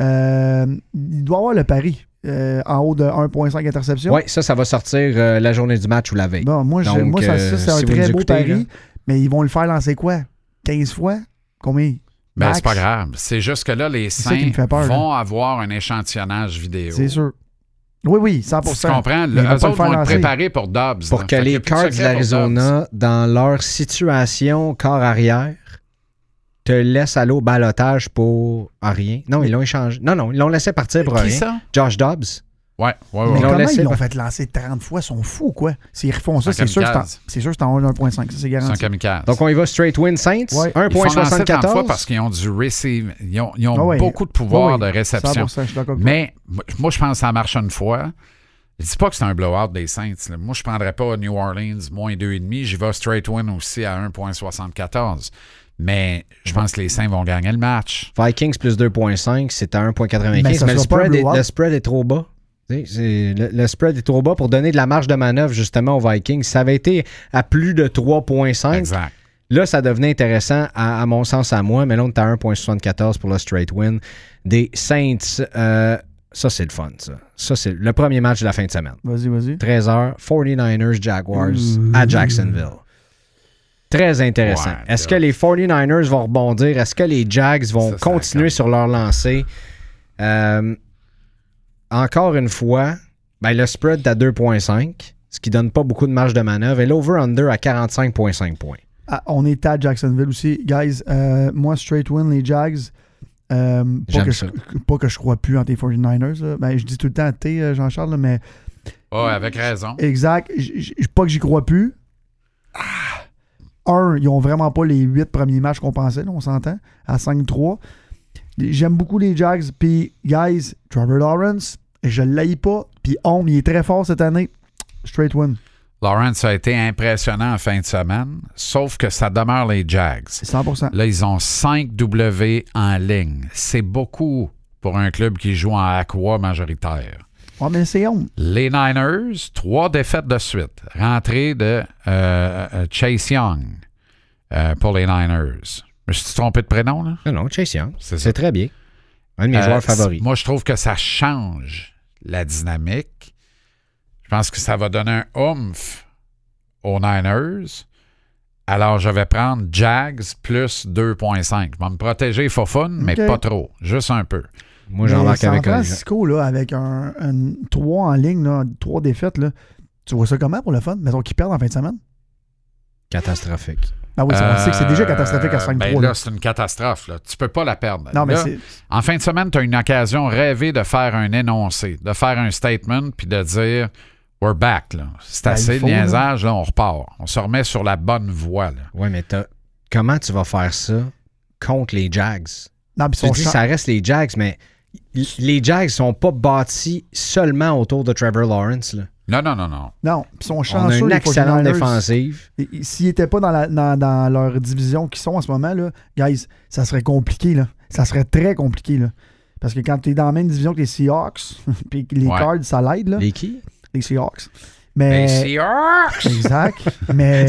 euh, il doit avoir le pari euh, en haut de 1.5 interception.
Oui, ça, ça va sortir euh, la journée du match ou la veille.
Bon, moi, je-
Donc,
moi, ça,
euh,
ça, c'est
si
un
vous
très
nous
beau
écoutez,
pari.
là.
Mais ils vont le faire lancer quoi? 15 fois? Combien?
Ben,
Max?
c'est pas grave. C'est juste que là, les
ça qui
Saints
me fait peur,
vont avoir un échantillonnage vidéo.
C'est sûr. Oui, oui, 100
Tu comprends?
Mais
Le, eux
ils vont pas le
autres
faire
vont le
lancer.
préparer pour Dobbs.
Pour
là.
que
Fait qu'il y
les
a plus de
Cards de
secret pour Dobbs.
l'Arizona, dans leur situation corps arrière, te laissent aller au balotage pour ah, rien. Non, ils l'ont échangé. Non, non, ils l'ont laissé partir pour
Qui
rien.
ça?
Josh Dobbs.
Ouais, ouais,
Mais
ouais.
l'ont
comment
laissé,
ils l'ont
par-
fait lancer 30 fois? Ils sont fous, quoi. S'ils refont ça,
Un
c'est sûr que c'est en-
kamikaze.
c'est sûr que c'est en haut de 1.5. Ça, c'est
C'est un
garanti.
kamikaze.
Donc, on y va straight win Saints.
Ouais.
ils font lancer 30 fois
1.74.
parce qu'ils ont du receive. Ils ont, ils ont
Ah ouais.
beaucoup de pouvoir
Ouais, ouais.
de réception.
100%, je suis d'accord avec toi.
Mais moi, moi, je pense que ça marche une fois. Je dis pas que c'est un blowout des Saints. là. Moi, je prendrais pas New Orleans moins 2,5. J'y vais straight win aussi à 1,74. Mais je pense que les Saints vont gagner le match.
Vikings plus 2.5, c'est à 1.95.
Ben,
Mais,
ça
le,
sera pas un
spread est,
blowout.
le spread est trop bas. Tu sais, c'est- Le, le spread est trop bas pour donner de la marge de manœuvre justement aux Vikings. Ça avait été à plus de 3.5.
Exact.
Là, ça devenait intéressant, à, à mon sens, à moi, mais là, on est à 1.74 pour le straight win des Saints. Euh, ça, c'est le fun, ça. Ça, c'est le premier match de la fin de semaine.
Vas-y, vas-y.
13h, 49ers Jaguars à Jacksonville. Très intéressant.
Mmh. Ouais,
Est-ce
là.
que les 49ers vont rebondir? Est-ce que les Jags vont
Ça, c'est
continuer
incroyable.
sur leur lancée? Euh, encore une fois, ben, le spread est à 2.5, ce qui donne pas beaucoup de marge de manœuvre, et l'over-under à 45.5 points.
Ah, on est à Jacksonville aussi. Guys, euh, moi, straight win, les Jags. euh, pas,
J'aime
que
ça.
Je, pas que je crois plus en tes 49ers. là. Ben, je dis tout le temps T, euh, Jean-Charles, là, mais
Ah, avec raison.
exact. j- j- Pas que j'y crois plus. Ah. Un, ils ont vraiment pas les huit premiers matchs qu'on pensait, là, on s'entend, à 5-3. J'aime beaucoup les Jags. Puis, guys, Trevor Lawrence, je l'ai pas. Puis, Homme, il est très fort cette année. Straight win.
Lawrence a été impressionnant en fin de semaine, sauf que ça demeure les Jags.
C'est 100%.
Là, ils ont 5 W en ligne. C'est beaucoup pour un club qui joue en aqua majoritaire.
Ouais, mais c'est Homme.
Les Niners, trois défaites de suite. Rentrée de euh, euh, Chase Young euh, pour les Niners. Je me suis trompé de prénom, là?
Ah Non, non, Chase Young.
C'est ça.
C'est très bien. Un de mes
Euh,
joueurs
c-
favoris.
Moi, je trouve que ça change la dynamique. Je pense que ça va donner un oomph aux Niners. Alors, je vais prendre Jags plus 2.5. Je vais me protéger for fun, mais
Ok.
pas trop. Juste un peu.
Moi, j'en
Mais
marque avec
San
un.
Francisco, là, avec un, un 3 en ligne, là, 3 défaites, là, tu vois ça comment pour le fun? Mettons qu'ils perdent en fin de semaine?
Catastrophique.
Ah oui, ça, on sait que c'est déjà
Euh,
catastrophique à 5-3.
ben
là.
là, c'est une catastrophe. Là. Tu peux pas la perdre.
non, mais
Là,
c'est.
En fin de semaine, tu as une occasion rêvée de faire un énoncé, de faire un statement, puis de dire We're back. là. C'est
Ben, il
assez de
faut, là.
niaisage, là, on repart. On se remet sur la bonne voie. là.
Ouais, mais t'as- comment tu vas faire ça contre les Jags?
Non, puis
Tu
son
dis
champ-
ça reste les Jags, mais l- les Jags sont pas bâtis seulement autour de Trevor Lawrence. là.
Non, non, non, non.
Non, puis ils sont
On a
chanceux.
une
les 49ers.
excellente défensive.
Et- et S'ils n'étaient pas dans, la- dans- dans leur division qu'ils sont en ce moment, là, guys, ça serait compliqué. Là. Ça serait très compliqué. Là. Parce que quand tu es dans la même division que les Seahawks, *laughs* puis que les
Ouais.
Cards, ça l'aide, là, les...
Les qui?
Seahawks.
Hey,
Mais.
Seahawks!
*laughs* exact. Mais.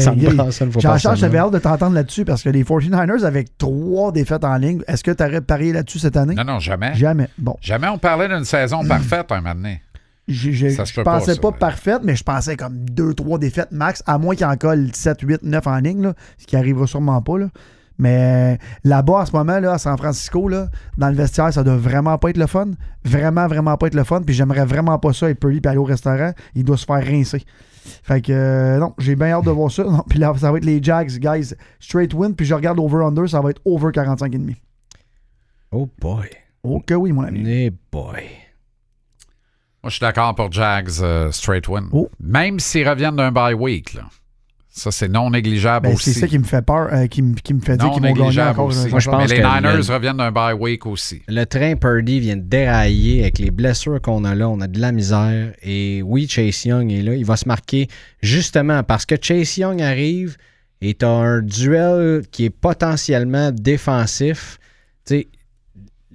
*laughs* Ça me
gars,
prend ça, ne faut pas
Jean-Charles,
ça,
j'avais
là.
hâte de t'entendre là-dessus parce que les 49ers avec trois défaites en ligne, est-ce que tu aurais parié là-dessus cette année?
Non, non, jamais.
Jamais. Bon,
Jamais on parlait d'une saison
Mm.
parfaite un moment donné.
j'ai- j'ai-
Ça se
je
peut pas,
pensais
ça,
pas,
ouais.
parfaite, mais je pensais comme deux, trois défaites max, à moins qu'il en colle 7, 8, 9 en ligne, là, ce qui arrivera sûrement pas. Là. Mais là-bas, en ce moment, là, à San Francisco, là, dans le vestiaire, ça doit vraiment pas être le fun. Vraiment, vraiment pas être le fun. Puis j'aimerais vraiment pas ça être poli puis aller au restaurant. Il doit se faire rincer. Fait que euh, non, j'ai bien hâte de voir ça. *laughs* Non, puis là, ça va être les Jags, guys. Straight win, puis je regarde over-under, ça va être over 45,5.
Oh boy.
Oh que oui, mon ami.
Eh boy.
Moi, je suis d'accord pour Jags euh, straight win.
Oh.
Même s'ils reviennent d'un bye week, là. Ça, c'est non négligeable
Ben,
aussi.
c'est ça qui me fait peur, euh, qui, me- qui me fait dire
non
qu'ils vont gagner
négligeable
encore.
aussi.
Moi, je pense
Mais les
que
Niners
le-
reviennent d'un bye week aussi.
Le train Purdy vient de dérailler avec les blessures qu'on a là. On a de la misère. Et oui, Chase Young est là. Il va se marquer justement parce que Chase Young arrive et tu un duel qui est potentiellement défensif. Tu sais,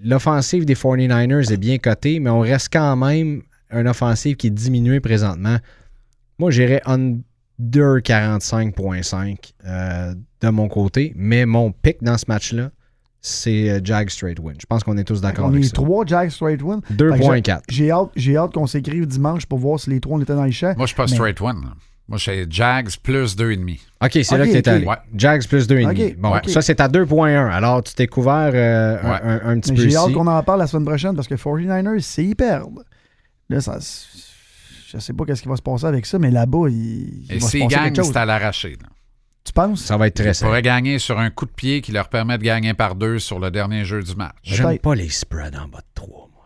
L'offensive des 49ers est bien cotée, mais on reste quand même une offensive qui est diminuée présentement. Moi, j'irais under 45.5 euh, de mon côté, mais mon pick dans ce match-là, c'est euh, Jag Straight Win. Je pense qu'on est tous d'accord
On
avec
est
ça.
trois Jags straight win. Fait que
2.4.
J'ai j'ai hâte, j'ai hâte qu'on s'écrive dimanche pour voir si les trois on était dans les champs.
Moi, je suis pas
Mais-
straight win. là. Moi, c'est Jags plus 2,5.
OK, c'est là
Ok,
que t'es
ok.
allé.
Ouais.
Jags plus 2,5.
Ok,
bon,
ok.
ça, c'est à 2.1. Alors, tu t'es couvert euh, un-
Ouais.
un, un petit
Mais
peu
j'ai
ici.
hâte qu'on en parle la semaine prochaine parce que 49ers, c'est ils perdent. Là, ça. Je sais pas qu'est-ce qui va se passer avec ça, mais là-bas, il, il
Et
va se
s'ils
passer
gagnent,
quelque chose.
c'est à l'arraché. là.
Tu penses?
Ça va être très
Ils
simple.
pourraient gagner sur un coup de pied qui leur permet de gagner par deux sur le dernier jeu du match.
J'aime
Peut-être.
pas les spreads en bas de 3, moi.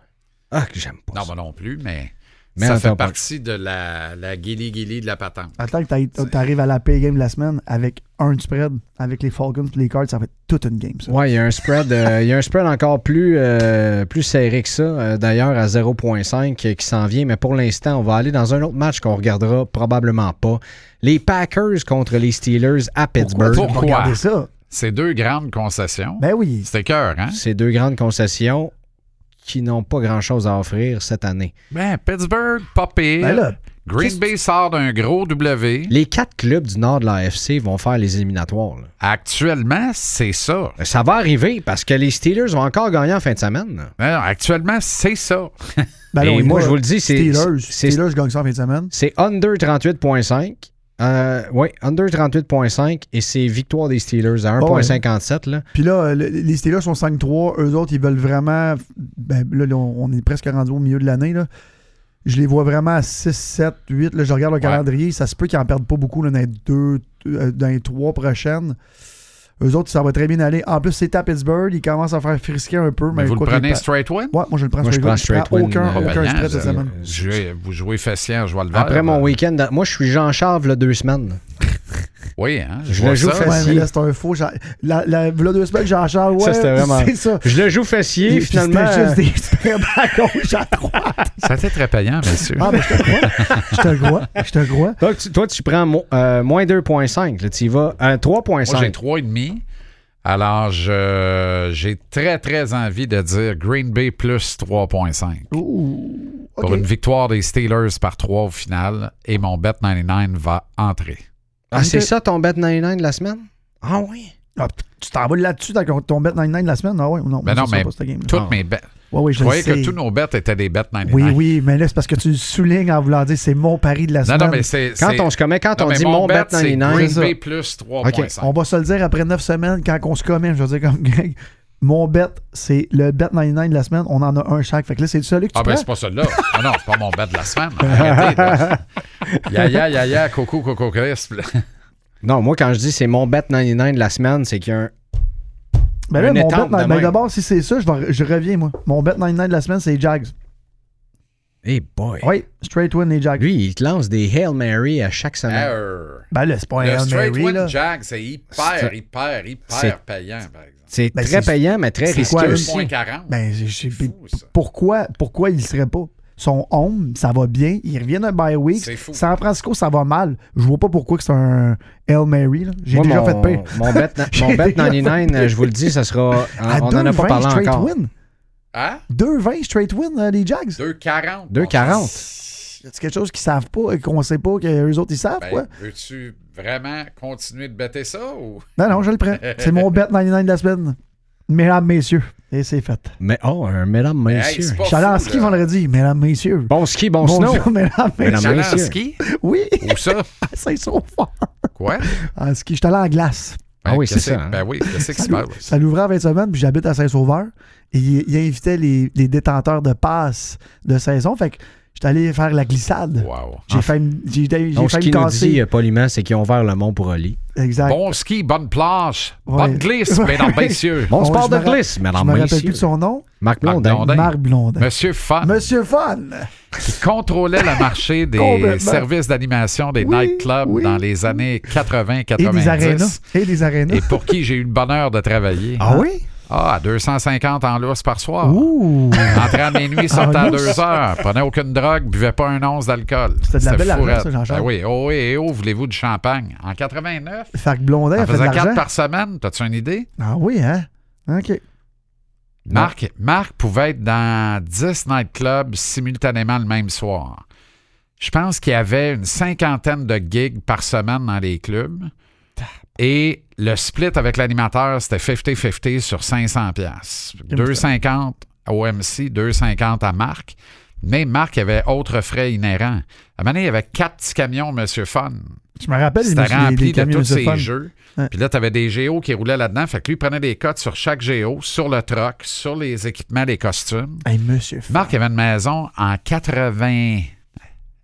Ah, que j'aime pas
Non,
ça.
moi non plus, mais,
Mais
ça
on
fait
t'en parle.
partie de la, la guilly-guilly de la patente.
Attends que t'ailles- t'arrives à la pay game de la semaine avec un de spread, avec les Falcons et les Cards, ça va être toute une game, ça.
Ouais, il y a un spread, euh, il y a un spread encore plus, euh, plus serré que ça, euh, d'ailleurs à 0.5 euh, qui qui s'en vient, mais pour l'instant, on va aller dans un autre match qu'on regardera probablement pas. Les Packers contre les Steelers à Pittsburgh.
On va
Pourquoi?
regarder ça.
C'est deux grandes concessions.
Ben oui.
C'était cœur, hein?
Ces deux grandes concessions qui n'ont pas grand-chose à offrir cette année.
Ben, Pittsburgh, pas pire.
Ben là,
Green
qu'est-ce
Bay sort d'un gros W.
Les quatre clubs du nord de l'AFC vont faire les éliminatoires. là.
Actuellement, c'est ça.
Ça va arriver parce que les Steelers vont encore gagner en fin de semaine. là.
Non, non, actuellement, c'est ça.
ben
Et
non, il
moi,
va-
je vous le dis, c'est-
Steelers.
c'est-
Steelers gagne ça en fin de semaine.
C'est under 38.5. Euh, oui, under 38.5 et c'est victoire des Steelers à
Bon, Oh, ouais.
1.57. là.
Puis là, euh, le- les Steelers sont 5-3. Eux autres, ils veulent vraiment. Ben, là, là, on on est presque rendu au milieu de l'année. là. Je les vois vraiment à 6, 7, 8. Là, je regarde le calendrier. Ça se peut qu'ils en perdent pas beaucoup là, dans, les deux, euh, dans les trois prochaines. Eux autres, ça va très bien aller. En plus, c'est à Pittsburgh. Ils commencent à faire frisquer un peu.
Mais vous le
quoi
prenez
qu'il pa-
straight win?
Ouais, moi, je le prends
Moi, je
straight
prends
win.
straight
prends
win,
aucun,
euh,
aucun
Payant,
stress cette
là.
semaine.
Jouez- vous jouez fessier, je vois le vert.
Après mon
là.
week-end, moi je suis Jean Charles là, deux semaines.
Oui, hein?
Je
vois
le joue
ça.
facile.
Ouais, mais là, c'est un faux. Jean- La, la, voilà deux semaines, Jean-Charles. Ouais,
Ça, c'était vraiment-
C'est ça.
Je le joue fessier,
Puis
finalement.
C'était juste des *laughs* experts à gauche, à droite.
Ça a été très payant,
*laughs*
messieurs.
Ah, mais je te crois. Je te crois. Je te crois.
Toi, tu, toi, tu prends mo- euh, moins 2.5. là, Tu y vas euh, à
Moi, j'ai
3.5.
3,5. Alors, je- j'ai très, très envie de dire Green Bay plus 3,5
Ouh.
pour
OK.
une victoire des Steelers par 3 au final. Et mon bet 99 va entrer.
Ah, c'est ça ton bet 99 de la semaine? Ah oui.
Ah, p- tu t'en vas là-dessus dans ton bet 99 de la semaine? Ah ouais, non.
Ben
moi,
non,
je sais
mais
pas, cette game-là.
toutes
Non.
mes bets.
Ouais, ouais,
Je
je le
croyais
sais.
que tous nos bets étaient des bets 99.
Oui, oui, mais là, c'est parce que tu le soulignes en voulant dire c'est mon pari de la
Non,
semaine.
non, mais c'est.
Quand
c'est-
on se commet, quand
Non,
on
mais
dit mon bet
c'est
99,
Green Bay plus 3,5.
On va se le dire après 9 semaines, quand on se commet, je veux dire comme Greg, mon bet, c'est le bet 99 de la semaine, on en a un chaque. Fait que là, c'est celui que tu
Ah, ben,
prends.
c'est pas celui-là. Ah non, c'est pas mon bet de la semaine. Arrêtez. là. Ya, ya, ya, ya, coco, coco, crisp. *laughs*
non, moi quand je dis c'est mon bet 99 de la semaine, c'est qu'il y a un.
Ben là,
une
mon
étampe
bet,
de
ben
même.
d'abord, si c'est ça, je, vais- je reviens, moi. Mon bet 99 de la semaine, c'est les Jags.
Hey boy.
Oui, straight win, les Jags.
Lui, il te lance des Hail Mary à chaque
Ah
semaine.
Err.
Ben là, c'est pas un
Le
Hail
straight
Mary, là.
win jag, c'est hyper,
C'est-
hyper, hyper
c'est-
payant, par exemple.
C'est
Ben,
très
c'est-
payant, mais très
c'est
risqué
quoi,
aussi.
2,40.
Ben, je- je-
fou, ça.
pourquoi, pourquoi il serait pas? sont home, ça va bien. Ils reviennent un bye week.
C'est fou.
San Francisco, ça va mal. Je vois pas pourquoi que c'est un Hail Mary. là. J'ai
Moi,
déjà
mon-
fait pire.
Mon bet, mon
J'ai
bet
déjà *laughs*
99,
fait pire.
je vous le dis, ça sera.
À
on n'en a
2,20
pas parlé
straight
encore.
win.
Hein?
2-20 straight win, euh, les Jags.
2,40.
2,40.
C'est quelque chose qu'ils savent pas, et qu'on sait pas, que les autres ils savent,
Ben,
quoi.
Veux-tu vraiment continuer de bêter ça ou.
Non, non, je
*laughs*
le prends. C'est mon bet 99 de la semaine. Mesdames, messieurs. Et c'est fait.
Mais oh, un mesdames,
Hey,
messieurs.
c'est pas
Je suis allé en
fou,
ski
là.
vendredi. Mesdames, messieurs.
Bon ski, bon
Mon
snow.
Dieu, mesdames,
Mesdames,
messieurs.
J'allais en
messieurs.
ski?
Oui, *laughs*
Ou ça?
c'est trop fort.
Quoi?
En ski, j'étais allé en glace.
Ah oui, c'est
qu'est-ce
ça,
que-
hein.
Ben oui, qu'est-ce qui se passe?
Ça l'ouvrait en 20 semaines, puis j'habite à Saint-Sauveur. Et il, il invitait les, les détenteurs de passes de saison. Fait que j'étais allé faire la glissade.
Wow.
J'ai failli me- j'ai- j'ai
Donc, ce
failli me
qu'il nous dit
casser.
euh, poliment, c'est qu'ils ont ouvert le mont pour Oli.
euh,
Exact.
Bon ski, bonne plage,
Ouais.
bonne glisse,
*laughs* Ouais.
mesdames, messieurs.
Bon
Oh,
sport
je me
de
ra-
glisse,
Je
mesdames,
me rappelle plus
messieurs.
de son nom.
Marc
Marc
Blondin.
Blondin.
Marc Blondin.
Ben, Monsieur Fan,
Monsieur Fun.
qui contrôlait le
*laughs*
marché des
Complètement.
services d'animation des
Oui,
nightclubs
oui.
dans les années
Et des arénas.
80-90.
Et des arénas.
Et pour qui j'ai eu le bonheur de travailler.
Ah oui?
Ah, à 250 en lousse par soir.
Ah. Ouh!
Entrait à minuit, sortait
En
à
lousse.
2 heures. Prenait aucune drogue, buvait pas un once d'alcool.
C'était de la belle argent,
fourette.
ça, Jean-Charles.
Ben oui, oh oui, et oh, voulez-vous du champagne? En 89,
Fait que Blondin
on
a fait de
faisait 4
l'argent.
par semaine. T'as-tu une idée?
Ah oui, hein? OK.
Marc, Marc pouvait être dans 10 nightclubs simultanément le même soir. Je pense qu'il y avait une cinquantaine de gigs par semaine dans les clubs. Et le split avec l'animateur, c'était 50-50 sur 500 pièces. 2,50 au MC, 2,50 à Marc. Mais Marc avait autre frais inhérent. À un moment donné, il y avait quatre petits camions, Monsieur Fun.
Je me rappelle,
C'était
monsieur-
rempli de
camions
tous
Monsieur
ces
Fun.
jeux.
Ouais.
Puis là, tu avais des géos qui roulaient là-dedans. Fait que lui, il prenait des cotes sur chaque géo, sur le troc, sur les équipements, les costumes.
Hey, monsieur Fun.
Marc avait une maison en 80.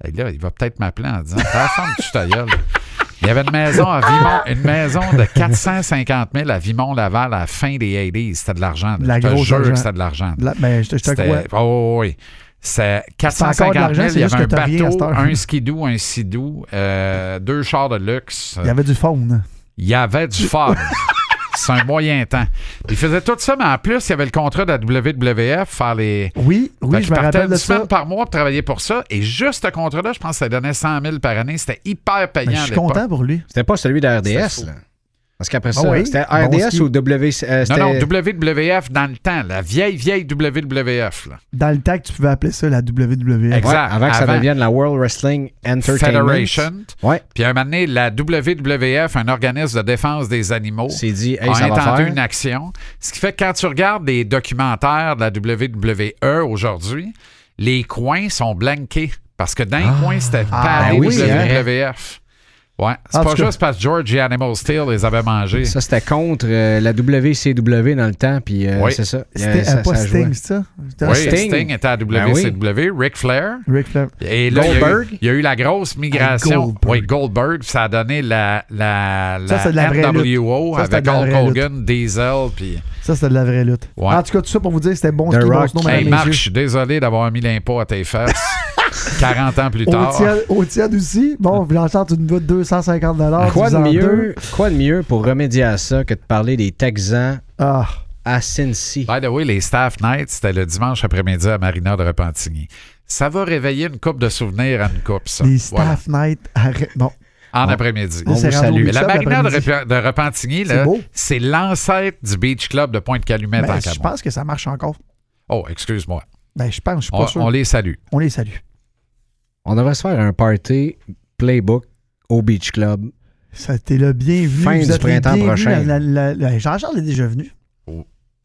Hey, là, il va peut-être m'appeler en disant T'as la forme, tu ta gueule. Il y avait une maison à Vimont, une maison de 450 000 à Vimont-Laval à la fin des 80s. C'était de l'argent.
De la
je te
grosse
jure que
argent.
c'était de l'argent.
Là, ben, je te, je te
C'était-
crois.
oh, oui. C'est
encore de
450
l'argent,
000.
c'est
Il y
juste
avait un
que t'as rien à
bateau,
cette heure.
un skidoo, un sidou, euh, deux chars de luxe.
Il y avait du faune.
Il y avait du
*laughs*
fort. C'est un moyen temps. Il faisait tout ça, mais en plus, il y avait le contrat de la WWF, faire les.
Oui,
Fait
oui,
qu'il
je me
partait
rappelle
une
de
semaine
ça.
par mois pour travailler pour ça. Et juste ce contrat-là, je pense que ça donnait 100 000 par année. C'était hyper payant
Mais Ben, je
à
suis
l'époque.
content pour lui.
C'était pas celui de
C'était
RDS,
fou.
là. Parce qu'après
Ah
ça,
oui?
c'était
Bon
RDS
ski.
ou W. euh,
Non, non,
c'était-
WWF dans le temps, la vieille, vieille WWF. là.
Dans le tag, tu pouvais appeler ça la E. WWE.
Exact.
Ouais, avant que ça
Avant.
devienne la World Wrestling Entertainment.
Federation.
Ouais,
Puis à un moment donné, la WWF, un organisme de défense des animaux,
c'est dit, hey,
a
ça va
intenté
faire.
une action. Ce qui fait que quand tu regardes des documentaires de la WWE aujourd'hui, les coins sont blanqués. Parce que dans les coins, c'était pas
Ah, hein.
les
ben oui,
WWF. Ouais. C'est
En
pas
tout cas.
juste parce que George et Animal Steel les avaient mangés.
Ça, c'était contre euh, la WCW dans le temps, puis euh,
Oui.
c'est ça.
C'était
Euh,
euh,
ça-
pas
ça jouait.
Sting, c'est ça? C'était
Oui,
Sting.
Sting. était à
Ben oui.
WCW, Ric Flair.
Ric Flair.
Et là, il y, a eu,
Goldberg.
il y a eu la grosse migration.
Goldberg.
Oui, Goldberg, ça a donné la, la,
Ça,
la
c'est de la vraie
NWO
lutte. Ça, c'était
avec
de la
Hulk
vraie
Hogan, Diesel. Puis...
Ça, c'était de la vraie lutte.
Ouais.
En tout cas, tout ça pour vous dire, c'était bon
The
ce qui
Rock.
bon nom,
Hey,
mesdames,
Marc, je
messieurs.
suis désolé d'avoir mis l'impôt à tes
*laughs*
fesses 40 ans plus
Au
tard.
tiers, au tiers aussi. Bon, Blanchard, tu nous dois 250 dollars.
Quoi de, mieux, quoi de mieux pour remédier à ça que de parler des Texans
Ah,
à Cincy?
By the way, les staff nights, c'était le dimanche après-midi à Marina de Repentigny. Ça va réveiller une coupe de souvenirs à une coupe, ça.
les
Voilà.
staff night. arrête- Bon,
En après-midi.
là,
On
c'est
vous
rendu
salue.
au
Mais la
club
marina de,
l'après-midi.
Rep- de Repentigny,
C'est
là,
beau.
c'est l'ancêtre du Beach Club de Pointe-Calumet en
Ben, Je
Cameroun.
pense que ça marche encore.
Oh, excuse-moi.
Ben, je pense, je suis pas
On,
sûr.
on les salue.
On les salue.
On devrait se faire un party playbook au Beach Club.
Ça, t'es le bienvenu.
Fin
vous
du
êtes les
printemps
bienvenus
prochain.
à la- la- la- Jean-Charles est déjà venu.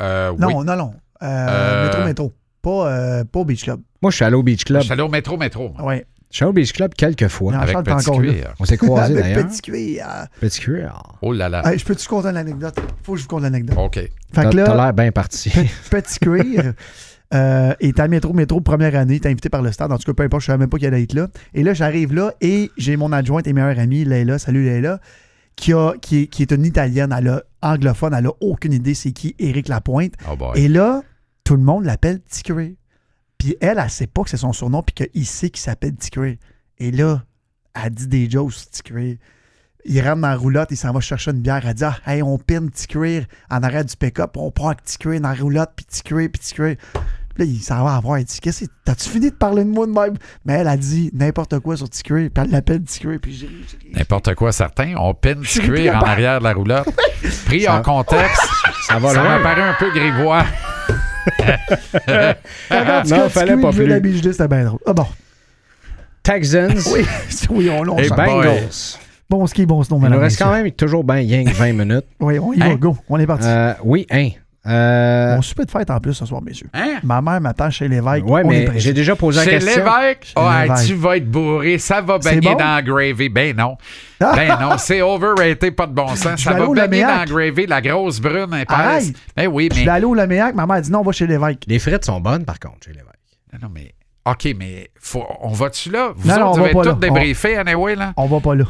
Euh, oui.
Non, non, non. Euh,
Euh,
Métro, métro. Pas, euh, pas au Beach Club.
Moi, je suis allé au Beach
Je
Club.
suis allé au métro, métro. moi,
Ouais.
Je suis allé au Beach Club quelques fois.
Non,
avec
Charles, t'es
Petit
encore là.
Cuir.
On s'est
*laughs*
croisés
Avec
d'ailleurs.
Petit cuir. euh,
Petit cuir.
Oh là là.
Hey, je peux-tu compter une anecdote? Faut que je vous conte l'anecdote.
OK.
Fait
T'as
que
t'as
là,
l'air bien
*laughs*
parti.
Petit
*laughs*
Cuir euh, est à Métro, Métro, première année. Il est invité par le stade. En tout cas, peu importe, je savais même pas qu'il allait être là. Et là, j'arrive là et j'ai mon adjointe et meilleure amie, Leila. Salut, Leila. Qui, a, qui, est- qui est une Italienne, elle a anglophone, elle a aucune idée c'est qui Éric Lapointe.
Oh boy.
Et là, tout le monde l'appelle Petit Curry. Puis elle, elle sait pas que c'est son surnom, puis qu'il sait qu'il s'appelle Petit Curry. Et là, elle dit des jokes, sur Petit Curry. Il rentre dans la roulotte, il s'en va chercher une bière. Elle dit ah, hey, on pine Petit Curry en arrêt du pick-up, on prend avec Petit Curry dans la roulotte, puis Petit Curry, puis Petit Curry. Puis là, il s'en va avoir. Il dit Qu'est-ce que c'est? T'as-tu fini de parler de moi de même Mais elle a dit n'importe quoi sur Ticuré. Puis elle l'appelle Ticuré. Puis j'ai ri, j'ai ri.
N'importe quoi, certains. On pine
*laughs*
du cuir en arrière de la roulotte. Pris en contexte,
Ça va
ça
loin.
m'a paru un peu grivois.
Regarde,
non,
Scott
fallait pas
Ticuré, il veut
plus.
la bijouterie, c'était bien drôle. Ah bon.
Texans
Oui, *laughs* oui, on, on
Eh
s'en-
ben.
Bengals.
Bon ski, bon snow,
Il
madame.
nous reste quand
messieurs.
même toujours bien rien que 20 *laughs* minutes.
Oui, on y va,
Hein?
go. On est parti.
Euh, oui, hein. Euh,
Mon souper de fête en plus ce soir, messieurs.
Hein?
Ma mère m'attend chez l'évêque.
ouais,
on est
mais
pressé.
j'ai déjà posé la
Chez
question.
l'évêque, Ah,
l'évêque.
tu vas être bourré, ça va
C'est
baigner
bon? Ah.
dans la gravy. Ben non. Ben non,
*laughs*
c'est overrated, pas de bon sens.
Je
Ça
vais
va
aller au
baigner dans la
Lamiac.
gravy, la grosse brune épaisse.
Arrête.
Ben oui,
Je
mais.
suis allé au Laméac, ma mère a dit non, on va chez l'évêque.
Les frites sont bonnes, par contre, chez l'évêque.
Non, non, mais. OK, mais faut, on va-tu là? Vous
Non,
autres,
non, on
vous
va
avez
pas
tous
là.
débriefé, anyway, là.
On va pas là.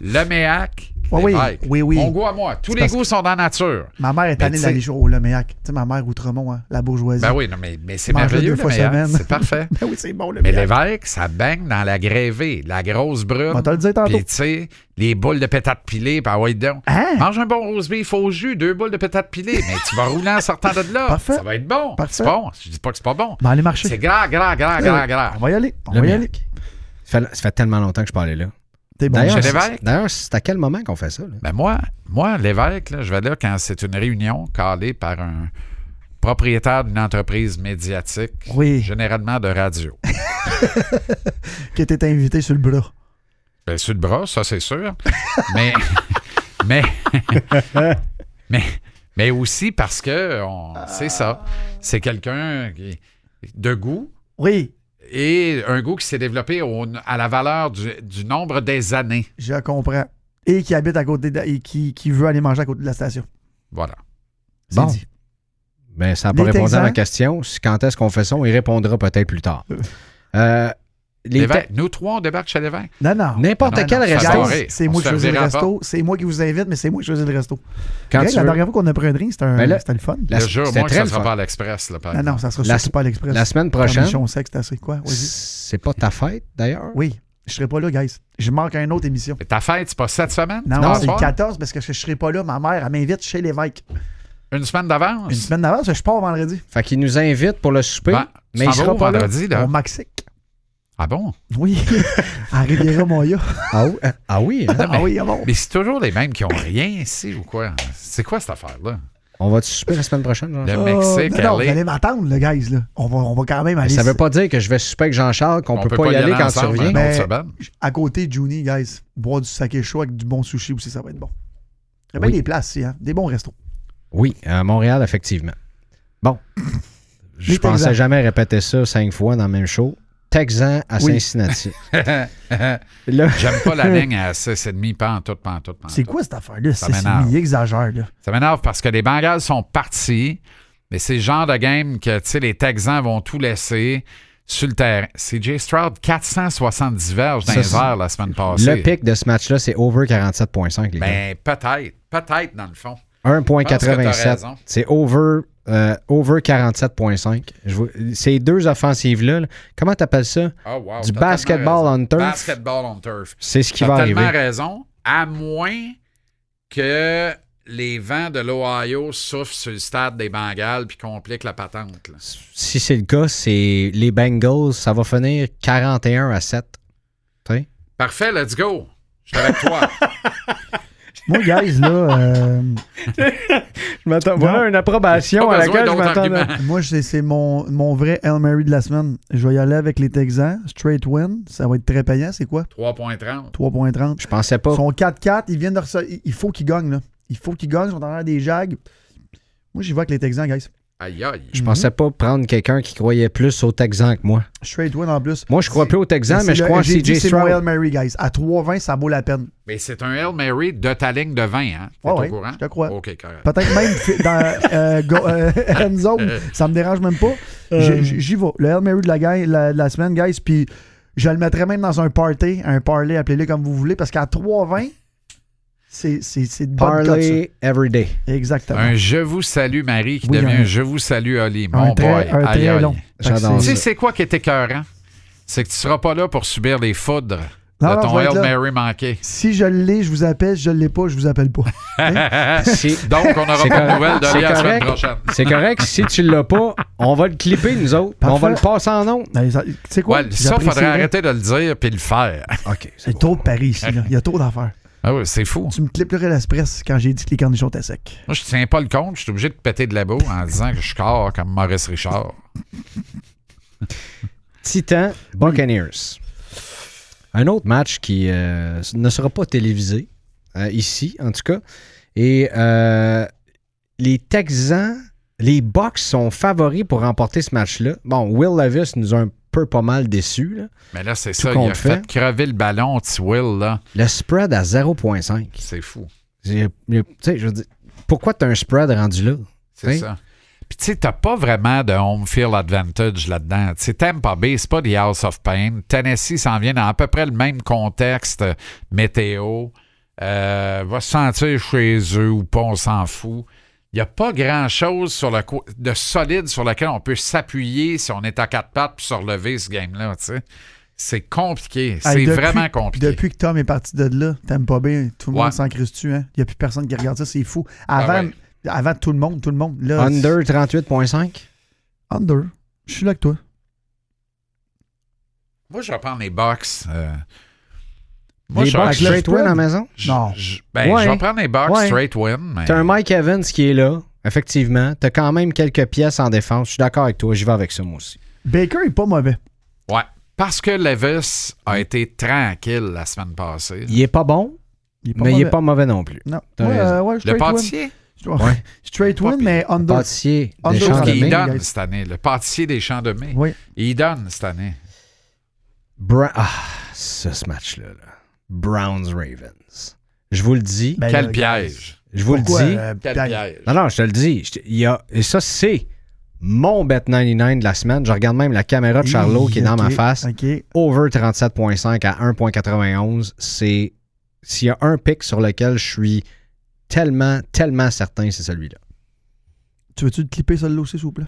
Le méac,
Ouais, oui, oui, oui.
Mon goût à moi. Tous les
parce
goûts sont dans la nature.
Ma mère est
Mais
allée
tu
d'aller
sais-
jouer au Laméac. Tu sais, ma mère, Outremont, hein, la bourgeoisie.
Ben oui, non, mais, mais c'est
Mange-le
merveilleux,
deux
le
fois
Méac.
semaine.
C'est
*laughs*
parfait.
Ben *laughs* oui, c'est bon, le
Mais
Méac.
l'évêque, ça baigne dans la grévée, la grosse brune.
On va te le dire tantôt.
Puis, tu sais, les boules de pétate pilée, puis ah ouais, donc.
Hein?
Mange un bon rose beef au jus, deux boules de pétate pilée, mais tu vas rouler en sortant de là.
Parfait.
Ça va être bon.
Parfait.
C'est bon. Je dis pas que c'est pas bon.
Ben, allez marcher. Euh,
C'est gras, gras, gras, gras, gras.
On va y aller. On
Le
va y
mien.
aller.
Ça fait, ça fait tellement longtemps que je parlais là.
T'es bon.
D'ailleurs,
Chez
c'est-
l'évêque?
d'ailleurs, c'est à quel moment qu'on fait ça? là?
Ben moi, moi l'évêque, là, je vais là quand c'est une réunion calée par un propriétaire d'une entreprise médiatique,
Oui.
généralement de radio.
Qui était invité sur le bras.
Ben, sur le bras, ça c'est sûr. *laughs* mais, mais, *laughs* mais, mais aussi parce que on- c'est ça. C'est quelqu'un qui- de goût
Oui,
et un goût qui s'est développé au- à la valeur du, du nombre des années.
je comprends. Et qui habite à côté de- et qui, qui veut aller manger à côté de la station.
Voilà.
C'est
Bon.
dit.
Ben, ça n'a pas
Les
répondu à ma
Texans?
question. Si- Quand est-ce qu'on fait ça, on y répondra peut-être plus tard. Euh, les
L'évêque,
Te-
nous trois, on débarque chez l'évêque.
Non, non.
N'importe
Ah non,
quel
non, ça
resto,
va.
Guys, C'est
On
moi
se
qui choisis le
servira
resto. C'est moi qui vous invite, mais c'est moi qui choisis le resto.
quand
Greg,
tu
la
veux-
dernière fois qu'on a pris un drink, c'était un-
Ben là-
c'était le fun.
la-
je jure,
c'était
moi, que
très
ça
le
sera
fun.
pas à l'Express. Là, par
Ah non,
exemple.
ça sera
La-
surtout pas à l'express.
la semaine
Permission,
prochaine,
On sait que c'est assez. Quoi? Vas-y.
c'est pas ta fête d'ailleurs?
Oui, je serai pas là, guys. Je manque à une autre émission.
Mais ta fête, c'est pas cette semaine?
Non,
Ah,
c'est
pas?
le 14 parce que je serai pas là. Ma mère, elle m'invite chez l'évêque.
Une semaine
Ah,
d'avance?
Une semaine d'avance, je pars vendredi.
Fait qu'il nous invite pour le souper,
Ben, tu
mais il
t'en vas
sera
où
pas là.
vendredi, là?
Au Mexique.
Ah bon?
Oui, *laughs* à
*laughs*
Riviera Maya.
Ah, oui, euh, ah oui,
*laughs*
hein?
Ah oui, ah bon.
Mais c'est toujours les mêmes qui ont rien ici ou quoi? C'est quoi cette affaire-là?
on va te souper la semaine prochaine, Jean-Charles?
Le
Euh,
Mexique,
non, non,
LA.
vous allez m'attendre, le guys. Là. On, va, on va quand même aller.
Ça veut pas dire que je vais souper avec Jean-Charles, qu'on peut, pas y aller quand tu
ensemble, hein?
reviens.
une autre
Mais-
semaine.
À côté de Juni, guys, boire du saké chaud avec du bon sushi aussi, ça va être bon. Il y a bien
Oui.
des places ici, hein? des bons restos.
Oui, à Montréal, effectivement. Bon. Je
Les
pensais
Texans.
jamais répéter ça cinq fois dans le même show. Texan à
Oui.
Cincinnati. Là,
J'aime pas
*laughs*
la ligne à 6,5, pantoute, pantoute,
Ah.
pantoute.
C'est quoi cette affaire-là?
Ça
C'est
m'énerve.
il exagère. Là.
Ça m'énerve parce que les Bengals sont partis, mais c'est le genre de game que tu sais, les Texans vont tout laisser sur le terrain. CJ Stroud, 470 verges dans
Ça,
les
c'est-
airs la semaine passée.
le pic de ce match-là, c'est over 47.5, les gars.
Ben, peut-être. Peut-être, dans le fond. Je pense que t'as
1.87.
raison.
C'est over, euh, over 47.5. Je vois- Ces deux offensives-là, là, comment t'appelles ça?
Ah, wow,
Du
t'as
basketball
tellement raison.
on turf.
Basketball on turf.
C'est ce qui
T'as
va
tellement
arriver.
raison, à moins que les vents de l'Ohio soufflent sur le stade des Bengals puis compliquent la patente. là.
Si c'est le cas, c'est les Bengals, ça va finir 41 à 7. Tu sais?
Parfait, let's go. Je suis avec toi.
Moi, guys, là, euh,
Je m'attends.
voilà
une approbation
Pas à besoin laquelle je d'autres m'attendais. arguments.
moi je- c'est mon, mon vrai Hail Mary de la semaine. Je vais y aller avec les Texans. Straight win. Ça va être très payant. C'est quoi?
3.30.
3.30.
Je pensais
Ils
pas.
sont 4-4. Ils viennent de recevoir- Il il faut qu'ils gagnent, là. Il faut qu'ils gagnent. Ils sont en l'air des Jags. Moi, j'y vais avec les Texans, guys.
Aïe, aïe.
Je pensais pas prendre quelqu'un qui croyait plus aux Texans que moi.
Straight win en plus.
Moi, je crois plus aux Texans, mais
C'est
je
le-
crois à
j'ai dit,
CJ
C'est mon Hail
Stroud.
Mary, guys. À 3-20, ça vaut la peine.
Mais c'est un Hail Mary de ta ligne de 20, hein? T'es
Ouais,
au
ouais,
courant?
je te crois.
OK, correct.
Peut-être même fi- dans euh, go- euh, *laughs* end zone. Ça me dérange même pas.
Euh.
J- j- J'y vais. Le Hail Mary de la, ga- la- de la semaine, guys. Puis je le mettrais même dans un party, un parlay, appelez-le comme vous voulez, parce qu'à 3-20, c'est c'est- c'est de bonne cote,
Parley everyday.
ça. Exactement.
Un Je vous salue, Marie, qui
Oui,
devient
un-
un Je vous salue, Oli. Mon
Un très,
boy.
un
aïe,
très
aïe.
long. Fait que
J'adore
c'est-
Tu sais, c'est quoi qui est écœurant? C'est que tu seras pas là pour subir les foudres de
non, je
ton
vais être
Hail
là.
Mary manqué.
Si je l'ai, je vous appelle. Si je l'ai pas, je vous appelle pas.
Ah,
Si-
Donc, on n'aura
C'est
pas de
correct.
nouvelles de
C'est
lui la semaine
correct.
prochaine.
C'est correct, si tu l'as pas, on va le clipper, nous autres.
Parfait.
On va le passer en nom.
Ben, ça- Tu sais quoi?
*laughs* Ouais, ça,
J'apprécierais.
faudrait arrêter de le dire puis le faire.
OK.
C'est trop de Paris ici. là. Il y a trop d'affaires.
Ah oui, c'est fou.
Tu me clipperais l'espress quand j'ai dit que les cornichons étaient secs.
Moi, je tiens pas le compte. Je suis obligé de péter de la boue en disant que je corps comme Maurice Richard.
Titan Buccaneers. Un autre match qui euh, ne sera pas télévisé, euh, ici en tout cas. Et euh, les Texans, les Bucks sont favoris pour remporter ce match-là. Bon, Will Levis nous a un peu pas mal déçus. là.
Mais là, c'est
Tout
ça. Il a
compte fait.
fait crever le ballon, petit Will, là.
Le spread à 0.5.
C'est fou.
J'ai- j'ai- tu sais, je veux dire, pourquoi tu as un spread rendu là?
C'est
Oui.
ça. Puis tu sais, t'as pas vraiment de home field advantage là-dedans. Tu sais, Tampa Bay, c'est pas des House of Pain. Tennessee s'en vient dans à peu près le même contexte euh, météo. Euh, va se sentir chez eux ou pas, on s'en fout. Il n'y a pas grand-chose sur le co- de solide sur lequel on peut s'appuyer si on est à quatre pattes puis se relever ce game-là. tu sais. C'est compliqué. C'est
Hey, depuis-
vraiment compliqué.
Depuis que Tom est parti de là, t'aimes pas bien, tout le
Ouais.
monde s'en crisse dessus. hein. Il n'y a plus personne qui regarde ça, c'est fou. Avant,
Ah ouais.
avant, tout le monde, tout le monde. Là,
Under 38.5?
c'est- Under. Je suis là avec toi.
Moi, je vais prendre les euh. box.
les Bucks
le
straight win à
spread.
la maison?
Non.
Ouais.
Ben, Je vais prendre les box
Ouais.
straight win. mais-
T'as un Mike Evans qui est là, effectivement. T'as quand même quelques pièces en défense. Je suis d'accord avec toi, j'y vais avec ça moi aussi.
Baker est pas mauvais.
Ouais. Parce que Levis
Mm.
a été tranquille la semaine passée.
Il est pas bon,
Il est pas
mais il
mauvais.
est pas mauvais non plus.
Non.
T'as
Ouais,
raison.
euh, ouais,
Le
straight win.
pâtissier,
Ouais.
Straight
Pas
win,
pire.
mais under.
Pâtissier
Under-
des champs
Under-
de
il
mai.
donne
guys.
cette année. Le pâtissier des champs de mai.
Oui.
Il donne cette année.
Bra- ah, ça, ce match-là. là. Browns Ravens. Je vous le dis.
Ben,
Quel
là,
piège.
je vous le dis.
pourquoi, euh,
Quel
ben,
piège.
Non, non, je te le dis. Je te- il y a- et ça, c'est mon bet 99 de la semaine. Je regarde même la caméra de Charlot qui est dans
Ok,
ma face.
Ok.
Over 37.5 à 1.91. C'est. S'il y a un pic sur lequel je suis tellement, tellement certain, c'est celui-là.
Tu veux-tu le clipper ça là aussi, s'il vous plaît?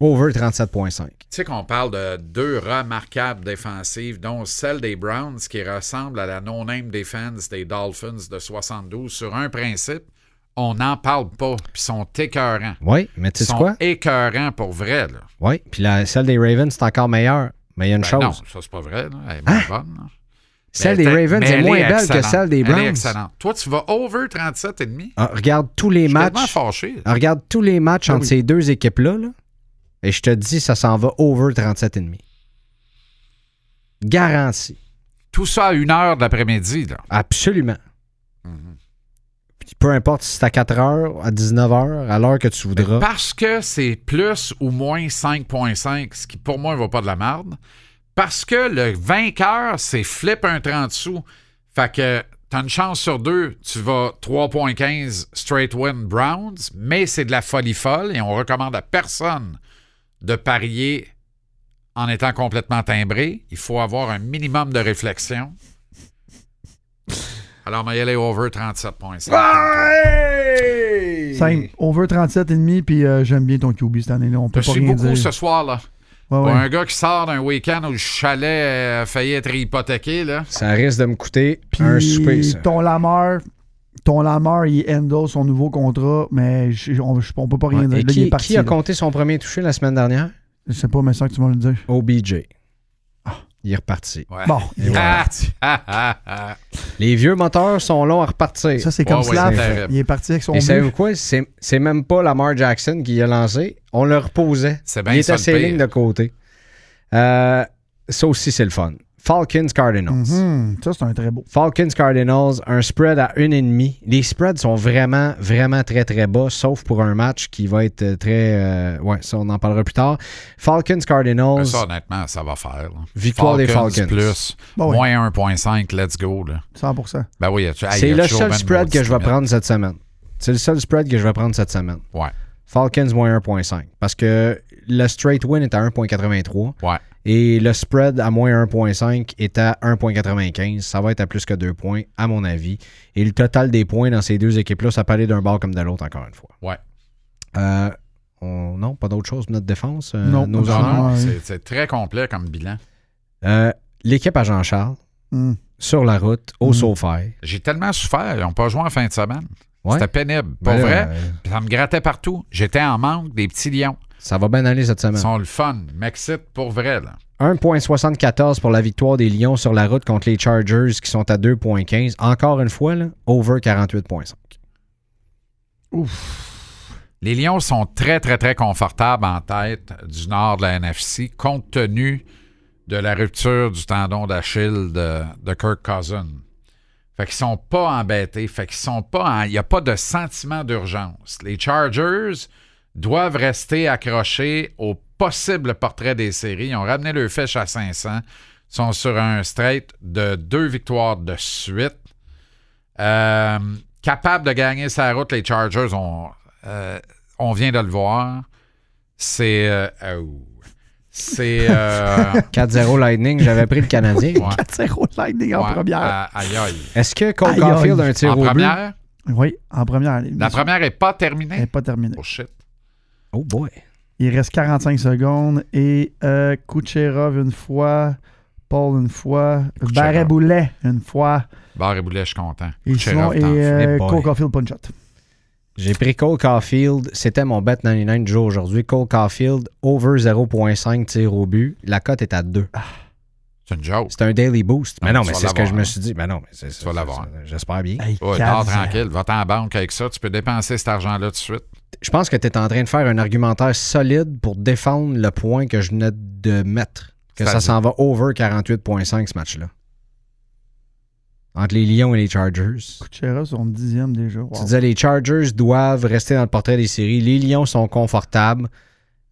Over 37.5.
Tu sais qu'on parle de deux remarquables défensives, dont celle des Browns qui ressemble à la non-name défense des Dolphins de 72 sur un principe. On n'en parle pas. Puis ils sont écœurants.
Oui, mais tu
Ils
sais
sont
quoi?
écœurants pour vrai. Là.
Oui. Puis la, celle des Ravens, c'est encore meilleure. Mais il y a une
Ben
chose. Hein?
non, ça c'est pas vrai. Là. Elle est moins bonne. là.
Celle
Mais
des
elle était-
Ravens
mais
est
elle
moins belle
excellente.
que celle des
Elle est
Browns.
excellente. Toi, tu vas over 37,5.
Ah, regarde tous les
Je suis tellement
matchs.
fâché.
Ah, regarde tous les
Ben
matchs entre
oui.
ces deux équipes-là. là, et je te dis, ça s'en va over 37,5. Garanti.
Tout ça à une heure de l'après-midi. là.
Absolument.
Mhm.
Puis Peu importe si c'est à 4 heures, à 19 heures, à l'heure que tu voudras.
Parce que c'est plus ou moins 5,5, ce qui pour moi ne va pas de la merde. Parce que le vainqueur, c'est flip un 30 sous. Fait que t'as une chance sur deux, tu vas 3,15 straight win Browns, mais c'est de la folie folle et on recommande à personne de parier en étant complètement timbré. Il faut avoir un minimum de réflexion. Alors, on va y aller over 37,5.
Simple. On veut 37,5, puis euh, j'aime bien ton QB cette année-là. On
Je
peut pas
suis
rien
beaucoup
dire.
ce soir-là.
Ah
Ouais,
Pour
ouais.
un gars qui sort d'un week-end où le chalet a failli être hypothéqué, là.
Ça risque de me coûter
Puis
un souper. ça.
ton Lamar, ton Lamar, il handle son nouveau contrat, mais je- on, je- on peut pas rien
Ouais.
dire.
Et
Là, il est
qui,
parti.
qui a
là.
compté son premier touché la semaine dernière?
Je sais pas, mais c'est ça que tu vas le dire.
OBJ.
Ah.
Il est reparti.
Ouais.
Bon, il est
Ah,
parti.
ah, ah, ah.
Les vieux moteurs sont longs à repartir.
Ça, c'est
Ouais,
comme
ouais,
Slav.
c'est terrible.
il est parti avec son
Et
but.
savez-vous quoi? C'est c'est même pas Lamar Jackson qui a lancé. On le reposait.
C'est bien
Il
Ben, ça
était
le
ses
pire.
lignes de côté. Euh, ça aussi, c'est le fun. Falcons Cardinals.
Mhm, Ça, c'est un très beau.
Falcons Cardinals, un spread à 1,5. Les spreads sont vraiment, vraiment très, très bas, sauf pour un match qui va être euh, très. euh, ouais, ça, on en parlera plus tard. Falcons
Mais
Cardinals,
Ça, honnêtement, ça va faire. là.
Victoire des Falcons.
plus.
Bon, oui.
Moins 1,5, let's go, là.
100%.
Ben oui, tu- hey, il
c'est
y a
le
toujours
seul
bien de
spread que je vais
maudits
prendre cette semaine. C'est le seul spread que je vais prendre cette semaine.
limites. Ouais,
Falcons moins 1,5. Parce que le straight win est à 1,83.
ouais.
Et le spread à moins 1.5 est à 1.95. Ça va être à plus que 2 points, à mon avis. Et le total des points dans ces deux équipes-là, ça peut aller d'un bord comme de l'autre, encore une fois.
Ouais.
Euh, on- non, pas d'autre chose pour notre défense, euh,
Non,
nos
non,
Non,
honneurs.
non,
ouais.
c'est- C'est très complet comme bilan.
Euh, L'équipe à Jean-Charles,
Mm.
Mhm.
sur la route,
Mm.
au Saufaire.
J'ai tellement souffert. Ils n'ont pas joué en fin de semaine.
Ouais.
C'était pénible. Pour
Ben là,
vrai,
euh,
ça me grattait partout. J'étais en manque des petits lions.
ça va bien aller cette
Ils
semaine.
sont le fun. Ils m'excitent pour vrai. Là.
1.74 pour la victoire des Lions sur la route contre les Chargers qui sont à 2.15. Encore une fois, là, over 48.5.
Les Lions sont très, très, très confortables en tête du nord de la NFC compte tenu de la rupture du tendon d'Achille de, de Kirk Cousin. Fait qu'ils sont pas embêtés. Fait qu'ils sont pas. en- Il n'y a pas de sentiment d'urgence. Les Chargers doivent rester accrochés au possible portrait des séries. Ils ont ramené le fiche à 500. Ils sont sur un straight de deux victoires de suite. Euh, capable de gagner sa route, les Chargers, on, euh, on vient de le voir. C'est. euh, oh. c'est. euh,
4-0 Lightning, j'avais pris le Canadien.
*laughs*
ouais,
4-0 Lightning *laughs* en
ouais,
première.
euh, aïe, aïe.
Est-ce que Cole
Aïe, aïe.
Caulfield a un tir
En
au but?
première,
Oui, en première. les-
la première n'est pas
Elle n'est
terminée.
pas terminée.
Oh shit.
Oh boy.
Il reste 45 secondes et euh, Kucherov une fois, Paul une fois,
Kucherov.
Baraboulet une fois,
Barre et Boulet, je suis content.
et, sinon,
Kucherov,
et
t'en hein. fous.
euh,
Eh boy.
Cole Caulfield punch out.
J'ai pris Cole Caulfield. C'était mon bet 99 du jour aujourd'hui. Cole Caulfield, over 0.5 tir au but. La cote est à 2.
C'est une joke.
C'est un daily boost. Mais
Non,
Ah. Ben non,
tu
mais
vas
c'est ce que
l'avoir,
je me
hein.
suis dit. Mais non, mais c'est
vas
c'est-
l'avoir.
c'est- J'espère bien.
Hey,
Ouais,
quatre-
dors tranquille. Va t'en banque avec ça. Tu peux dépenser cet argent-là tout de suite.
Je pense que tu es en train de faire un argumentaire solide pour défendre le point que je venais de mettre. Que ça
C'est-à-dire?
s'en va over 48.5 ce match-là. Entre les Lions et les Chargers.
Kucherov sont dixième déjà. Wow.
Tu disais les Chargers doivent rester dans le portrait des séries. Les Lions sont confortables.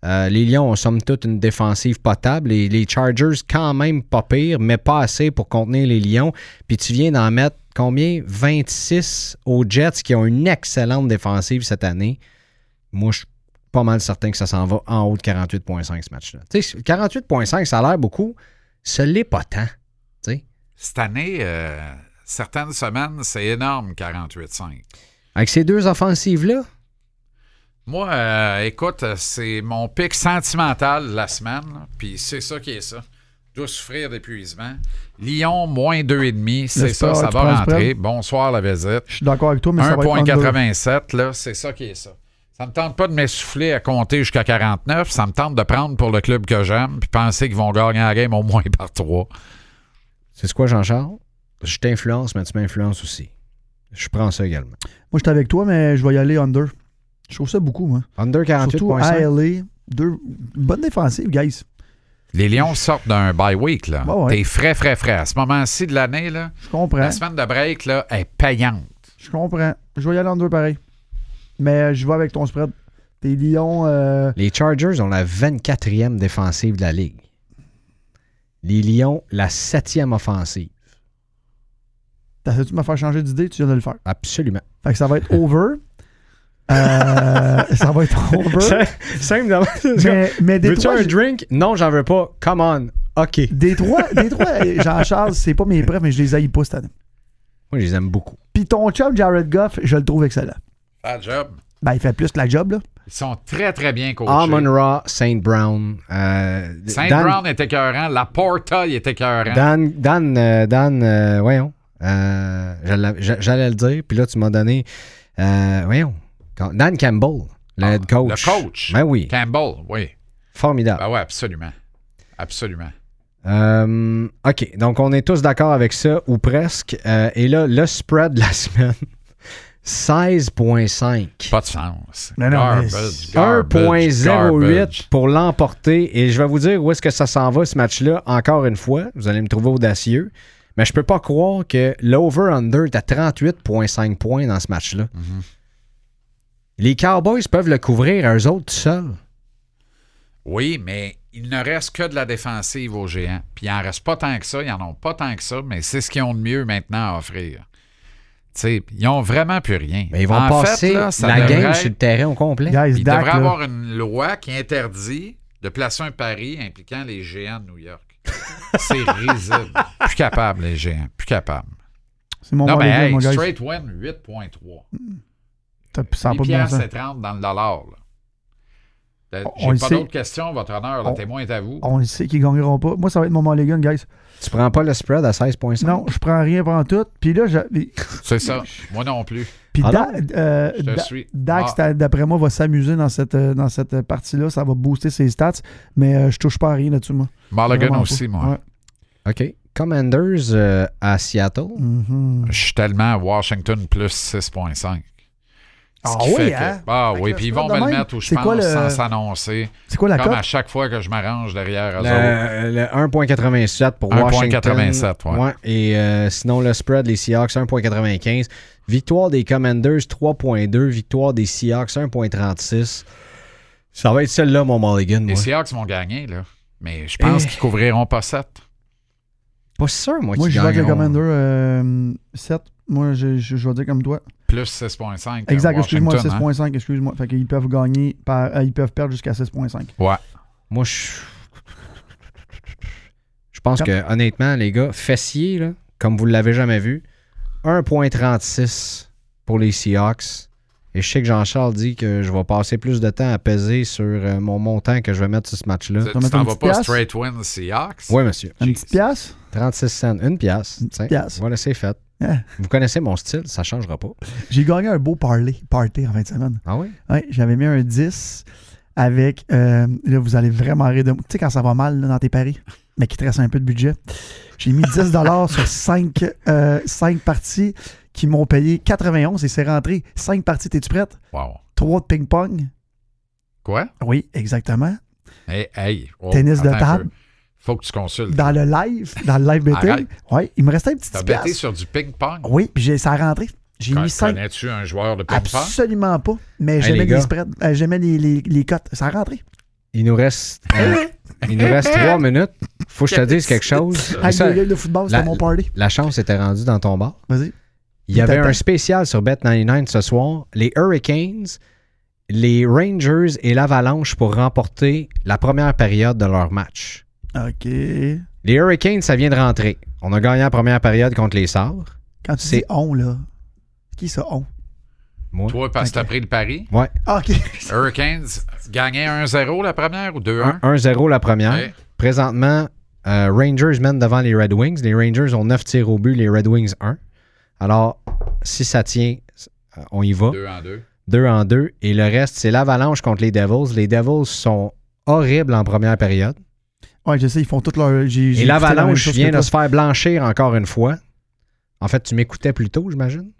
Euh, les Lions ont somme toute une défensive potable. Et les Chargers, quand même pas pire, mais pas assez pour contenir les Lions. Puis tu viens d'en mettre combien 26 aux Jets qui ont une excellente défensive cette année. Moi, je suis pas mal certain que ça s'en va en haut de 48,5 ce match-là. Tu sais, 48,5, ça a l'air beaucoup. Ce l'est pas tant. Tu sais.
Cette année, euh, certaines semaines, c'est énorme, 48,5.
Avec ces deux offensives-là,
Moi, euh, écoute, euh, c'est mon pic sentimental de la semaine, là, puis c'est ça qui est ça. Je dois souffrir d'épuisement. Lyon, moins 2,5, c'est ça,
soir,
ça
tu
va
penses,
rentrer. Bonsoir la visite.
Je suis d'accord avec toi, mais ça va être entre deux.
1,87, là, c'est ça qui est ça. Ça me tente pas de m'essouffler à compter jusqu'à 49. Ça me tente de prendre pour le club que j'aime, puis penser qu'ils vont gagner la game au moins par trois.
C'est quoi, Jean-Charles? Je t'influence, mais tu m'influences aussi. Je prends ça également.
Moi, je suis avec toi, mais je vais y aller under. Je trouve ça beaucoup, moi.
Under
Surtout à
48.5.
LA, deux bonne défensive, guys.
Les Lions sortent d'un bye week, là.
Bah Ouais, ouais.
T'es frais, frais, frais. À ce moment-ci de l'année, là,
Je comprends.
la semaine de break, là, est payante.
Je comprends. Je vais y aller under pareil. Mais euh, je vais avec ton spread. Tes Lions. euh,
Les Chargers ont la 24e défensive de la Ligue. Les Lions, la 7e offensive.
T'as tu de me faire changer d'idée? Tu viens de le faire.
*laughs*
Absolument.
Fait que ça va
*laughs*
être over. Euh, ça va être over.
Simple d'abord.
Mais,
*laughs*
mais
Veux-tu
Détroit,
un
j'ai-
drink? Non, j'en veux pas. Come on. OK.
Détroit, Détroit, euh, Jean-Charles, c'est pas mes preuves, mais je les haïs pas cette année.
Moi, je les aime beaucoup.
Puis ton chum, Jared Goff, je le trouve excellent.
Bad job.
Ben, il fait plus que la job, là.
Ils sont très, très bien coachés.
Amon Ra, St. Brown. euh,
Oh, Saint
Ah, Dan-
Brown était écœurant. La Porta, il était écœurant.
Dan, Dan, euh, Dan, euh, voyons. euh, j'allais- j'a- J'allais le dire, puis là, tu m'as donné. euh, voyons. quand- Dan Campbell, le head coach.
Le coach.
Ben oui,
Campbell, oui.
formidable.
Ben ouais, absolument. Absolument.
Euh, OK, donc on est tous d'accord avec ça, ou presque. Euh, et là, le spread de la *laughs* semaine 16,5.
Pas de sens.
Mais non, mais
Garbage, garbage,
1.08
garbage.
pour l'emporter. Et je vais vous dire où est-ce que ça s'en va, ce match-là, encore une fois. Vous allez me trouver audacieux. Mais je peux pas croire que l'over-under est à 38,5 points dans ce match-là.
Mhm.
Les Cowboys peuvent le couvrir à eux autres tout seuls.
Oui, mais il ne reste que de la défensive aux géants. Puis il n'en reste pas tant que ça, ils n'en ont pas tant que ça, mais c'est ce qu'ils ont de mieux maintenant à offrir. Tu sais, ils ont vraiment plus rien.
Mais ils vont
En
passer
fait, là, ça
la
devrait
game
être-
sur le terrain au complet.
Guys,
Ben, Il devrait
Dak, là,
avoir une loi qui interdit de placer un pari impliquant les géants de New York.
*laughs*
C'est risible. Plus capable, les géants. Plus capable.
c'est mon
non,
mauvais
mais
gars,
hey,
mon gars.
straight win, 8.3.
T'as- Ça
Les
n'a pas de bon
piastres,
sens.
c'est 30 dans le dollar. là. Ben, J'ai
on le
pas
sait.
d'autres questions, votre honneur. Le
On-
témoin est à vous.
On le sait qu'ils gagneront pas. Moi, ça va être mon Mulligan, guys.
Tu prends pas le spread à 16,5?
Non, je prends rien pendant tout. Puis là, je- puis
C'est ça. Moi non plus.
Ah
Da- euh,
Je te
Da-
suis.
Dax,
Ah,
t'a- d'après moi, va s'amuser dans cette, euh, dans cette euh, partie-là. Ça va booster ses stats. Mais euh, je touche pas à rien là-dessus, moi.
Mulligan
Vraiment
Ah, aussi,
pas.
moi.
Ouais.
OK. Commanders euh, à Seattle.
Mhm.
Je suis tellement à Washington plus 6.5. Ce
Ah
qui
oui,
fait que-
hein?
Ah oui,
le
puis ils
spread
vont me
de
le
même,
mettre où je
c'est
pense
quoi le-
sans s'annoncer.
C'est quoi la
Comme à
cote?
chaque fois que je m'arrange derrière eux autres.
Le, euh, le 1.87 pour Washington.
1.87, ouais.
Et euh, sinon, le spread, les Seahawks, 1.95. Victoire des Commanders, 3.2. Victoire des Seahawks, 1.36. Ça va être celle-là, mon mulligan.
Les
Moi.
Seahawks vont gagner, là. Mais je pense
Eh.
qu'ils couvriront pas 7.
Pas sûr, moi,
Moi,
qu'ils
je vais avec le
gagneront.
Commander 7. Moi, je, je- je vais dire comme toi.
Plus 6.5.
Exact,
euh,
excuse-moi,
Washington, hein.
6.5, excuse-moi. Fait qu'ils peuvent gagner, par, euh, ils peuvent perdre jusqu'à 6.5.
Ouais.
Moi, je. Je pense que, honnêtement, les gars, fessier, là, comme vous ne l'avez jamais vu, 1,36 pour les Seahawks. Et je sais que Jean-Charles dit que je vais passer plus de temps à peser sur euh, mon montant que je vais mettre sur ce match-là.
Tu
mettre
tu t'en
une
vas
petite
pas
pièce?
straight win Seahawks?
Oui, monsieur.
Une
Jeez.
petite pièce?
36 cents. Une pièce.
Une
Tiens,
petite pièce.
Voilà, c'est fait.
Hein?
Vous connaissez mon style, ça ne changera pas.
J'ai gagné un beau parley, party en fin de semaine.
Ah oui?
Ouais, j'avais mis un 10 avec. euh, là, vous allez vraiment rire de moi. Tu sais, quand ça va mal là, dans tes paris, mais qu'il te reste un peu de budget. J'ai mis 10 sur 5, parties qui m'ont payé 91 et c'est rentré. 5 parties, t'es-tu prête?
Wow.
3 de ping-pong.
Quoi?
Oui, exactement.
Hey, hey. Oh,
Tennis de
attends un
table.
peu. Faut que tu consultes.
Dans le live, dans le live betting.
Arrête.
Oui, il me restait un petit
T'as
10
bêté sur du ping-pong?
Oui, puis j'ai- ça a rentré. J'ai
Con-
mis 5
Connais-tu un joueur de ping-pong?
Absolument pas. Mais
Hey,
j'aimais
les
les,
gars.
spreads, euh, j'aimais les, les, les cotes. Ça a rentré.
Il nous reste. euh, il nous *laughs* reste trois minutes. Faut que je te dise quelque chose. Mais
Avec
Euh, ça,
le game de football, c'était
la-
mon party.
la chance était rendue dans ton bar.
Vas-y.
Il y avait
T'attends.
un spécial sur Bet99 ce soir. Les Hurricanes, les Rangers et l'Avalanche pour remporter la première période de leur match.
OK.
Les Hurricanes, ça vient de rentrer. On a gagné la première période contre les Sabres.
Quand tu
C'est-
dis on, là. Qui ça, on?
Moi.
Toi, parce que
Ok.
t'as pris le pari.
Ouais.
Ah, OK. *laughs*
Hurricanes gagnaient 1-0 la première ou Eh, 2-1?
1-0 la première.
Ouais.
Présentement, euh, Rangers mène devant les Red Wings. Les Rangers ont 9 tirs au but, les Red Wings 1. Alors, si ça tient, euh, on y va.
2 en 2.
2 en 2. Et le reste, c'est l'Avalanche contre les Devils. Les Devils sont horribles en première période.
Ouais, je sais, ils font toute leur. j'ai- j'ai
Et
écouté la même
l'avalanche
chose que
vient de
toi.
se faire blanchir encore une fois. En fait, tu m'écoutais plus tôt, j'imagine?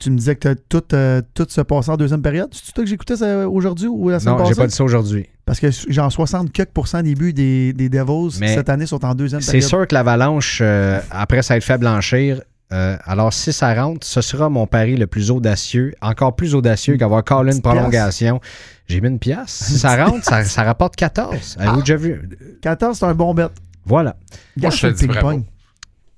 Tu me disais que t'as tout, euh, tout se passait en deuxième période. C'est toi que j'écoutais ça euh, aujourd'hui ou la semaine
Non, j'ai
passée?
pas dit ça aujourd'hui.
Parce que genre 60 quelques pourcents des buts des, des Devils
Mais
cette année sont en deuxième
C'est
période.
sûr que l'avalanche, euh, après s'être fait blanchir, euh, alors si ça rentre, ce sera mon pari le plus audacieux, encore plus audacieux qu'avoir callé une
Petite pièce.
prolongation. J'ai mis une pièce. Si ça rentre, ça, ça rapporte 14.
Ah.
Avez-vous déjà vu?
14, c'est un bon bet.
Voilà.
Moi, je te
Gâche
dis
le ping-pong.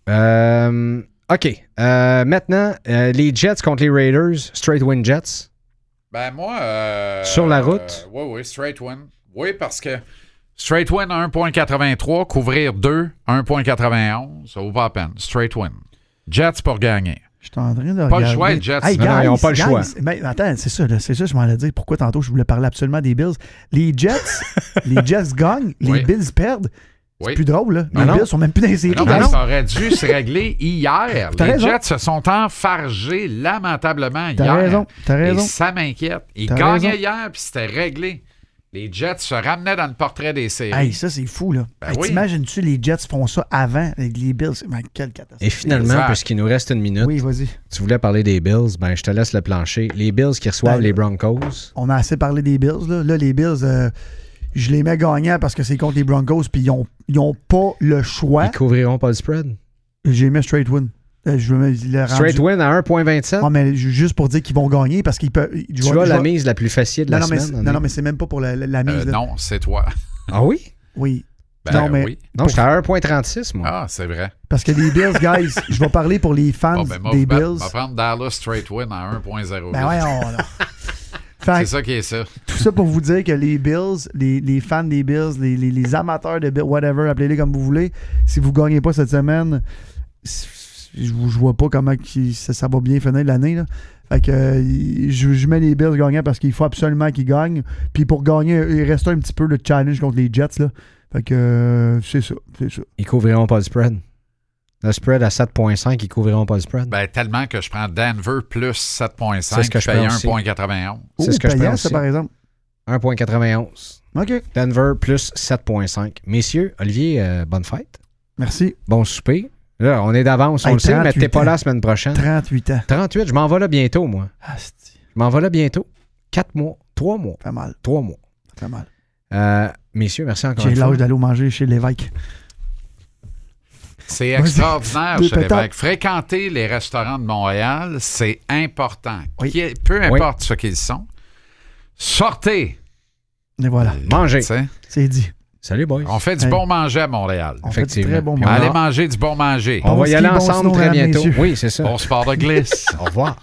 Euh, OK. Euh, maintenant, euh, les Jets contre les Raiders, straight win Jets.
Ben moi... euh,
Sur la route?
euh, oui, oui, straight win. Oui, parce que straight win 1.83, couvrir 2, 1.91, ça vaut pas la peine. Straight win. Jets pour gagner.
Je suis en train de
Pas le
regarder.
choix, les Jets.
Hey,
Non,
guys,
non, ils ont pas le
guys,
choix.
ben, attends, c'est ça, là, c'est ça, je m'en allais dire. Pourquoi tantôt je voulais parler absolument des Bills. Les
*laughs*
Jets, les Jets gagnent, les
Oui.
Bills perdent. C'est
Oui.
plus drôle, là.
Ah
les
non.
Bills sont même plus dans les séries.
Non,
Ah
mais
non.
ça aurait dû se
*laughs*
régler hier.
T'as
Les
raison.
Jets se sont enfargés lamentablement hier.
T'as raison, t'as
Et
raison.
ça m'inquiète. Ils
T'as
gagnaient
raison.
hier, puis c'était réglé. Les Jets se ramenaient dans le portrait des séries.
Hey, ça, c'est fou, là.
Ben
Hey,
oui.
T'imagines-tu, les Jets font ça avant avec les Bills? Ben, quelle catastrophe.
Et finalement,
Exact.
puisqu'il nous reste une minute,
Oui, vas-y.
tu voulais parler des Bills, ben je te laisse le plancher. Les Bills qui reçoivent
Ben,
les Broncos.
On a assez parlé des Bills, là. Là, les Bills, euh, je les mets gagnants parce que c'est contre les Broncos, puis ils ont, ils ont pas le choix.
Ils couvriront pas le spread.
J'ai mis straight win. Euh, Je veux le
Straight win à 1.27.
Ah,
Ouais, mais ju- juste pour dire qu'ils vont gagner parce qu'ils peuvent. je
tu
vois-
as
je
la
vois-
mise la plus facile de
Non,
la
non, mais, c'est-
semaine.
non, non,
honnêtement.
mais c'est même pas pour la, la- la
Euh,
mise. là.
non, c'est toi.
Ah oui?
Oui.
Ben
Non, mais-
oui.
Non, j'étais à 1.36, moi.
Ah, c'est vrai.
Parce que les Bills, guys, je vais parler pour les fans
Bon, ben, moi,
des
va-
Bills.
va prendre Dallas straight win à 1.08.
Ben ouais, on.
*laughs*
non.
c'est
Fait que
ça qui est ça.
tout ça pour vous dire que les Bills, les, les fans des Bills, les, les- les amateurs de Bills, whatever, appelez-les comme vous voulez, si vous gagnez pas cette semaine, s- s- je, je vois pas comment qu'il- ça, ça va bien finir l'année. là. Fait que euh, il- je, je mets les Bills gagnants parce qu'il faut absolument qu'ils gagnent. Puis pour gagner, il reste un petit peu le challenge contre les Jets. Là. Fait que euh, c'est ça, c'est ça.
Ils couvriront pas le spread. Le spread à 7.5, ils couvriront pas le spread.
Ben, tellement que je prends Denver plus 7.5,
C'est ce que je
paye
prends aussi.
1.91.
C'est ce
Ou
que je
payant,
pense
ça,
aussi.
par exemple.
1.91.
OK.
Denver plus 7.5. Messieurs, Olivier, euh, bonne fête.
Merci.
Bon souper. Là, on est d'avance, on
Hey,
le sait, mais
38
t'es pas
ans.
là la semaine prochaine.
38 ans.
38, je m'en vais là bientôt, moi.
Asti,
Je m'en vais là bientôt. 4 mois, 3 mois,
Pas mal,
3 mois.
pas mal.
Euh, messieurs, merci encore
J'ai
une fois.
l'âge d'aller au manger chez l'évêque.
C'est extraordinaire
Des
chez l'évêque.
pétards.
Fréquenter les restaurants de Montréal, c'est important.
Oui.
Qui est- peu importe ce qu'ils sont, sortez.
Et voilà,
Manger.
Tu sais,
c'est dit.
Salut, boys.
On fait du
Hey.
bon manger à Montréal.
On fait du
Effectivement.
très bon
Puis
moment.
Allez manger du bon manger.
On
Bon
va y
ski,
aller
bon
ensemble
snow,
très
mesdames,
bientôt.
messieurs.
Oui, c'est ça.
Bon sport de glisse.
Au revoir.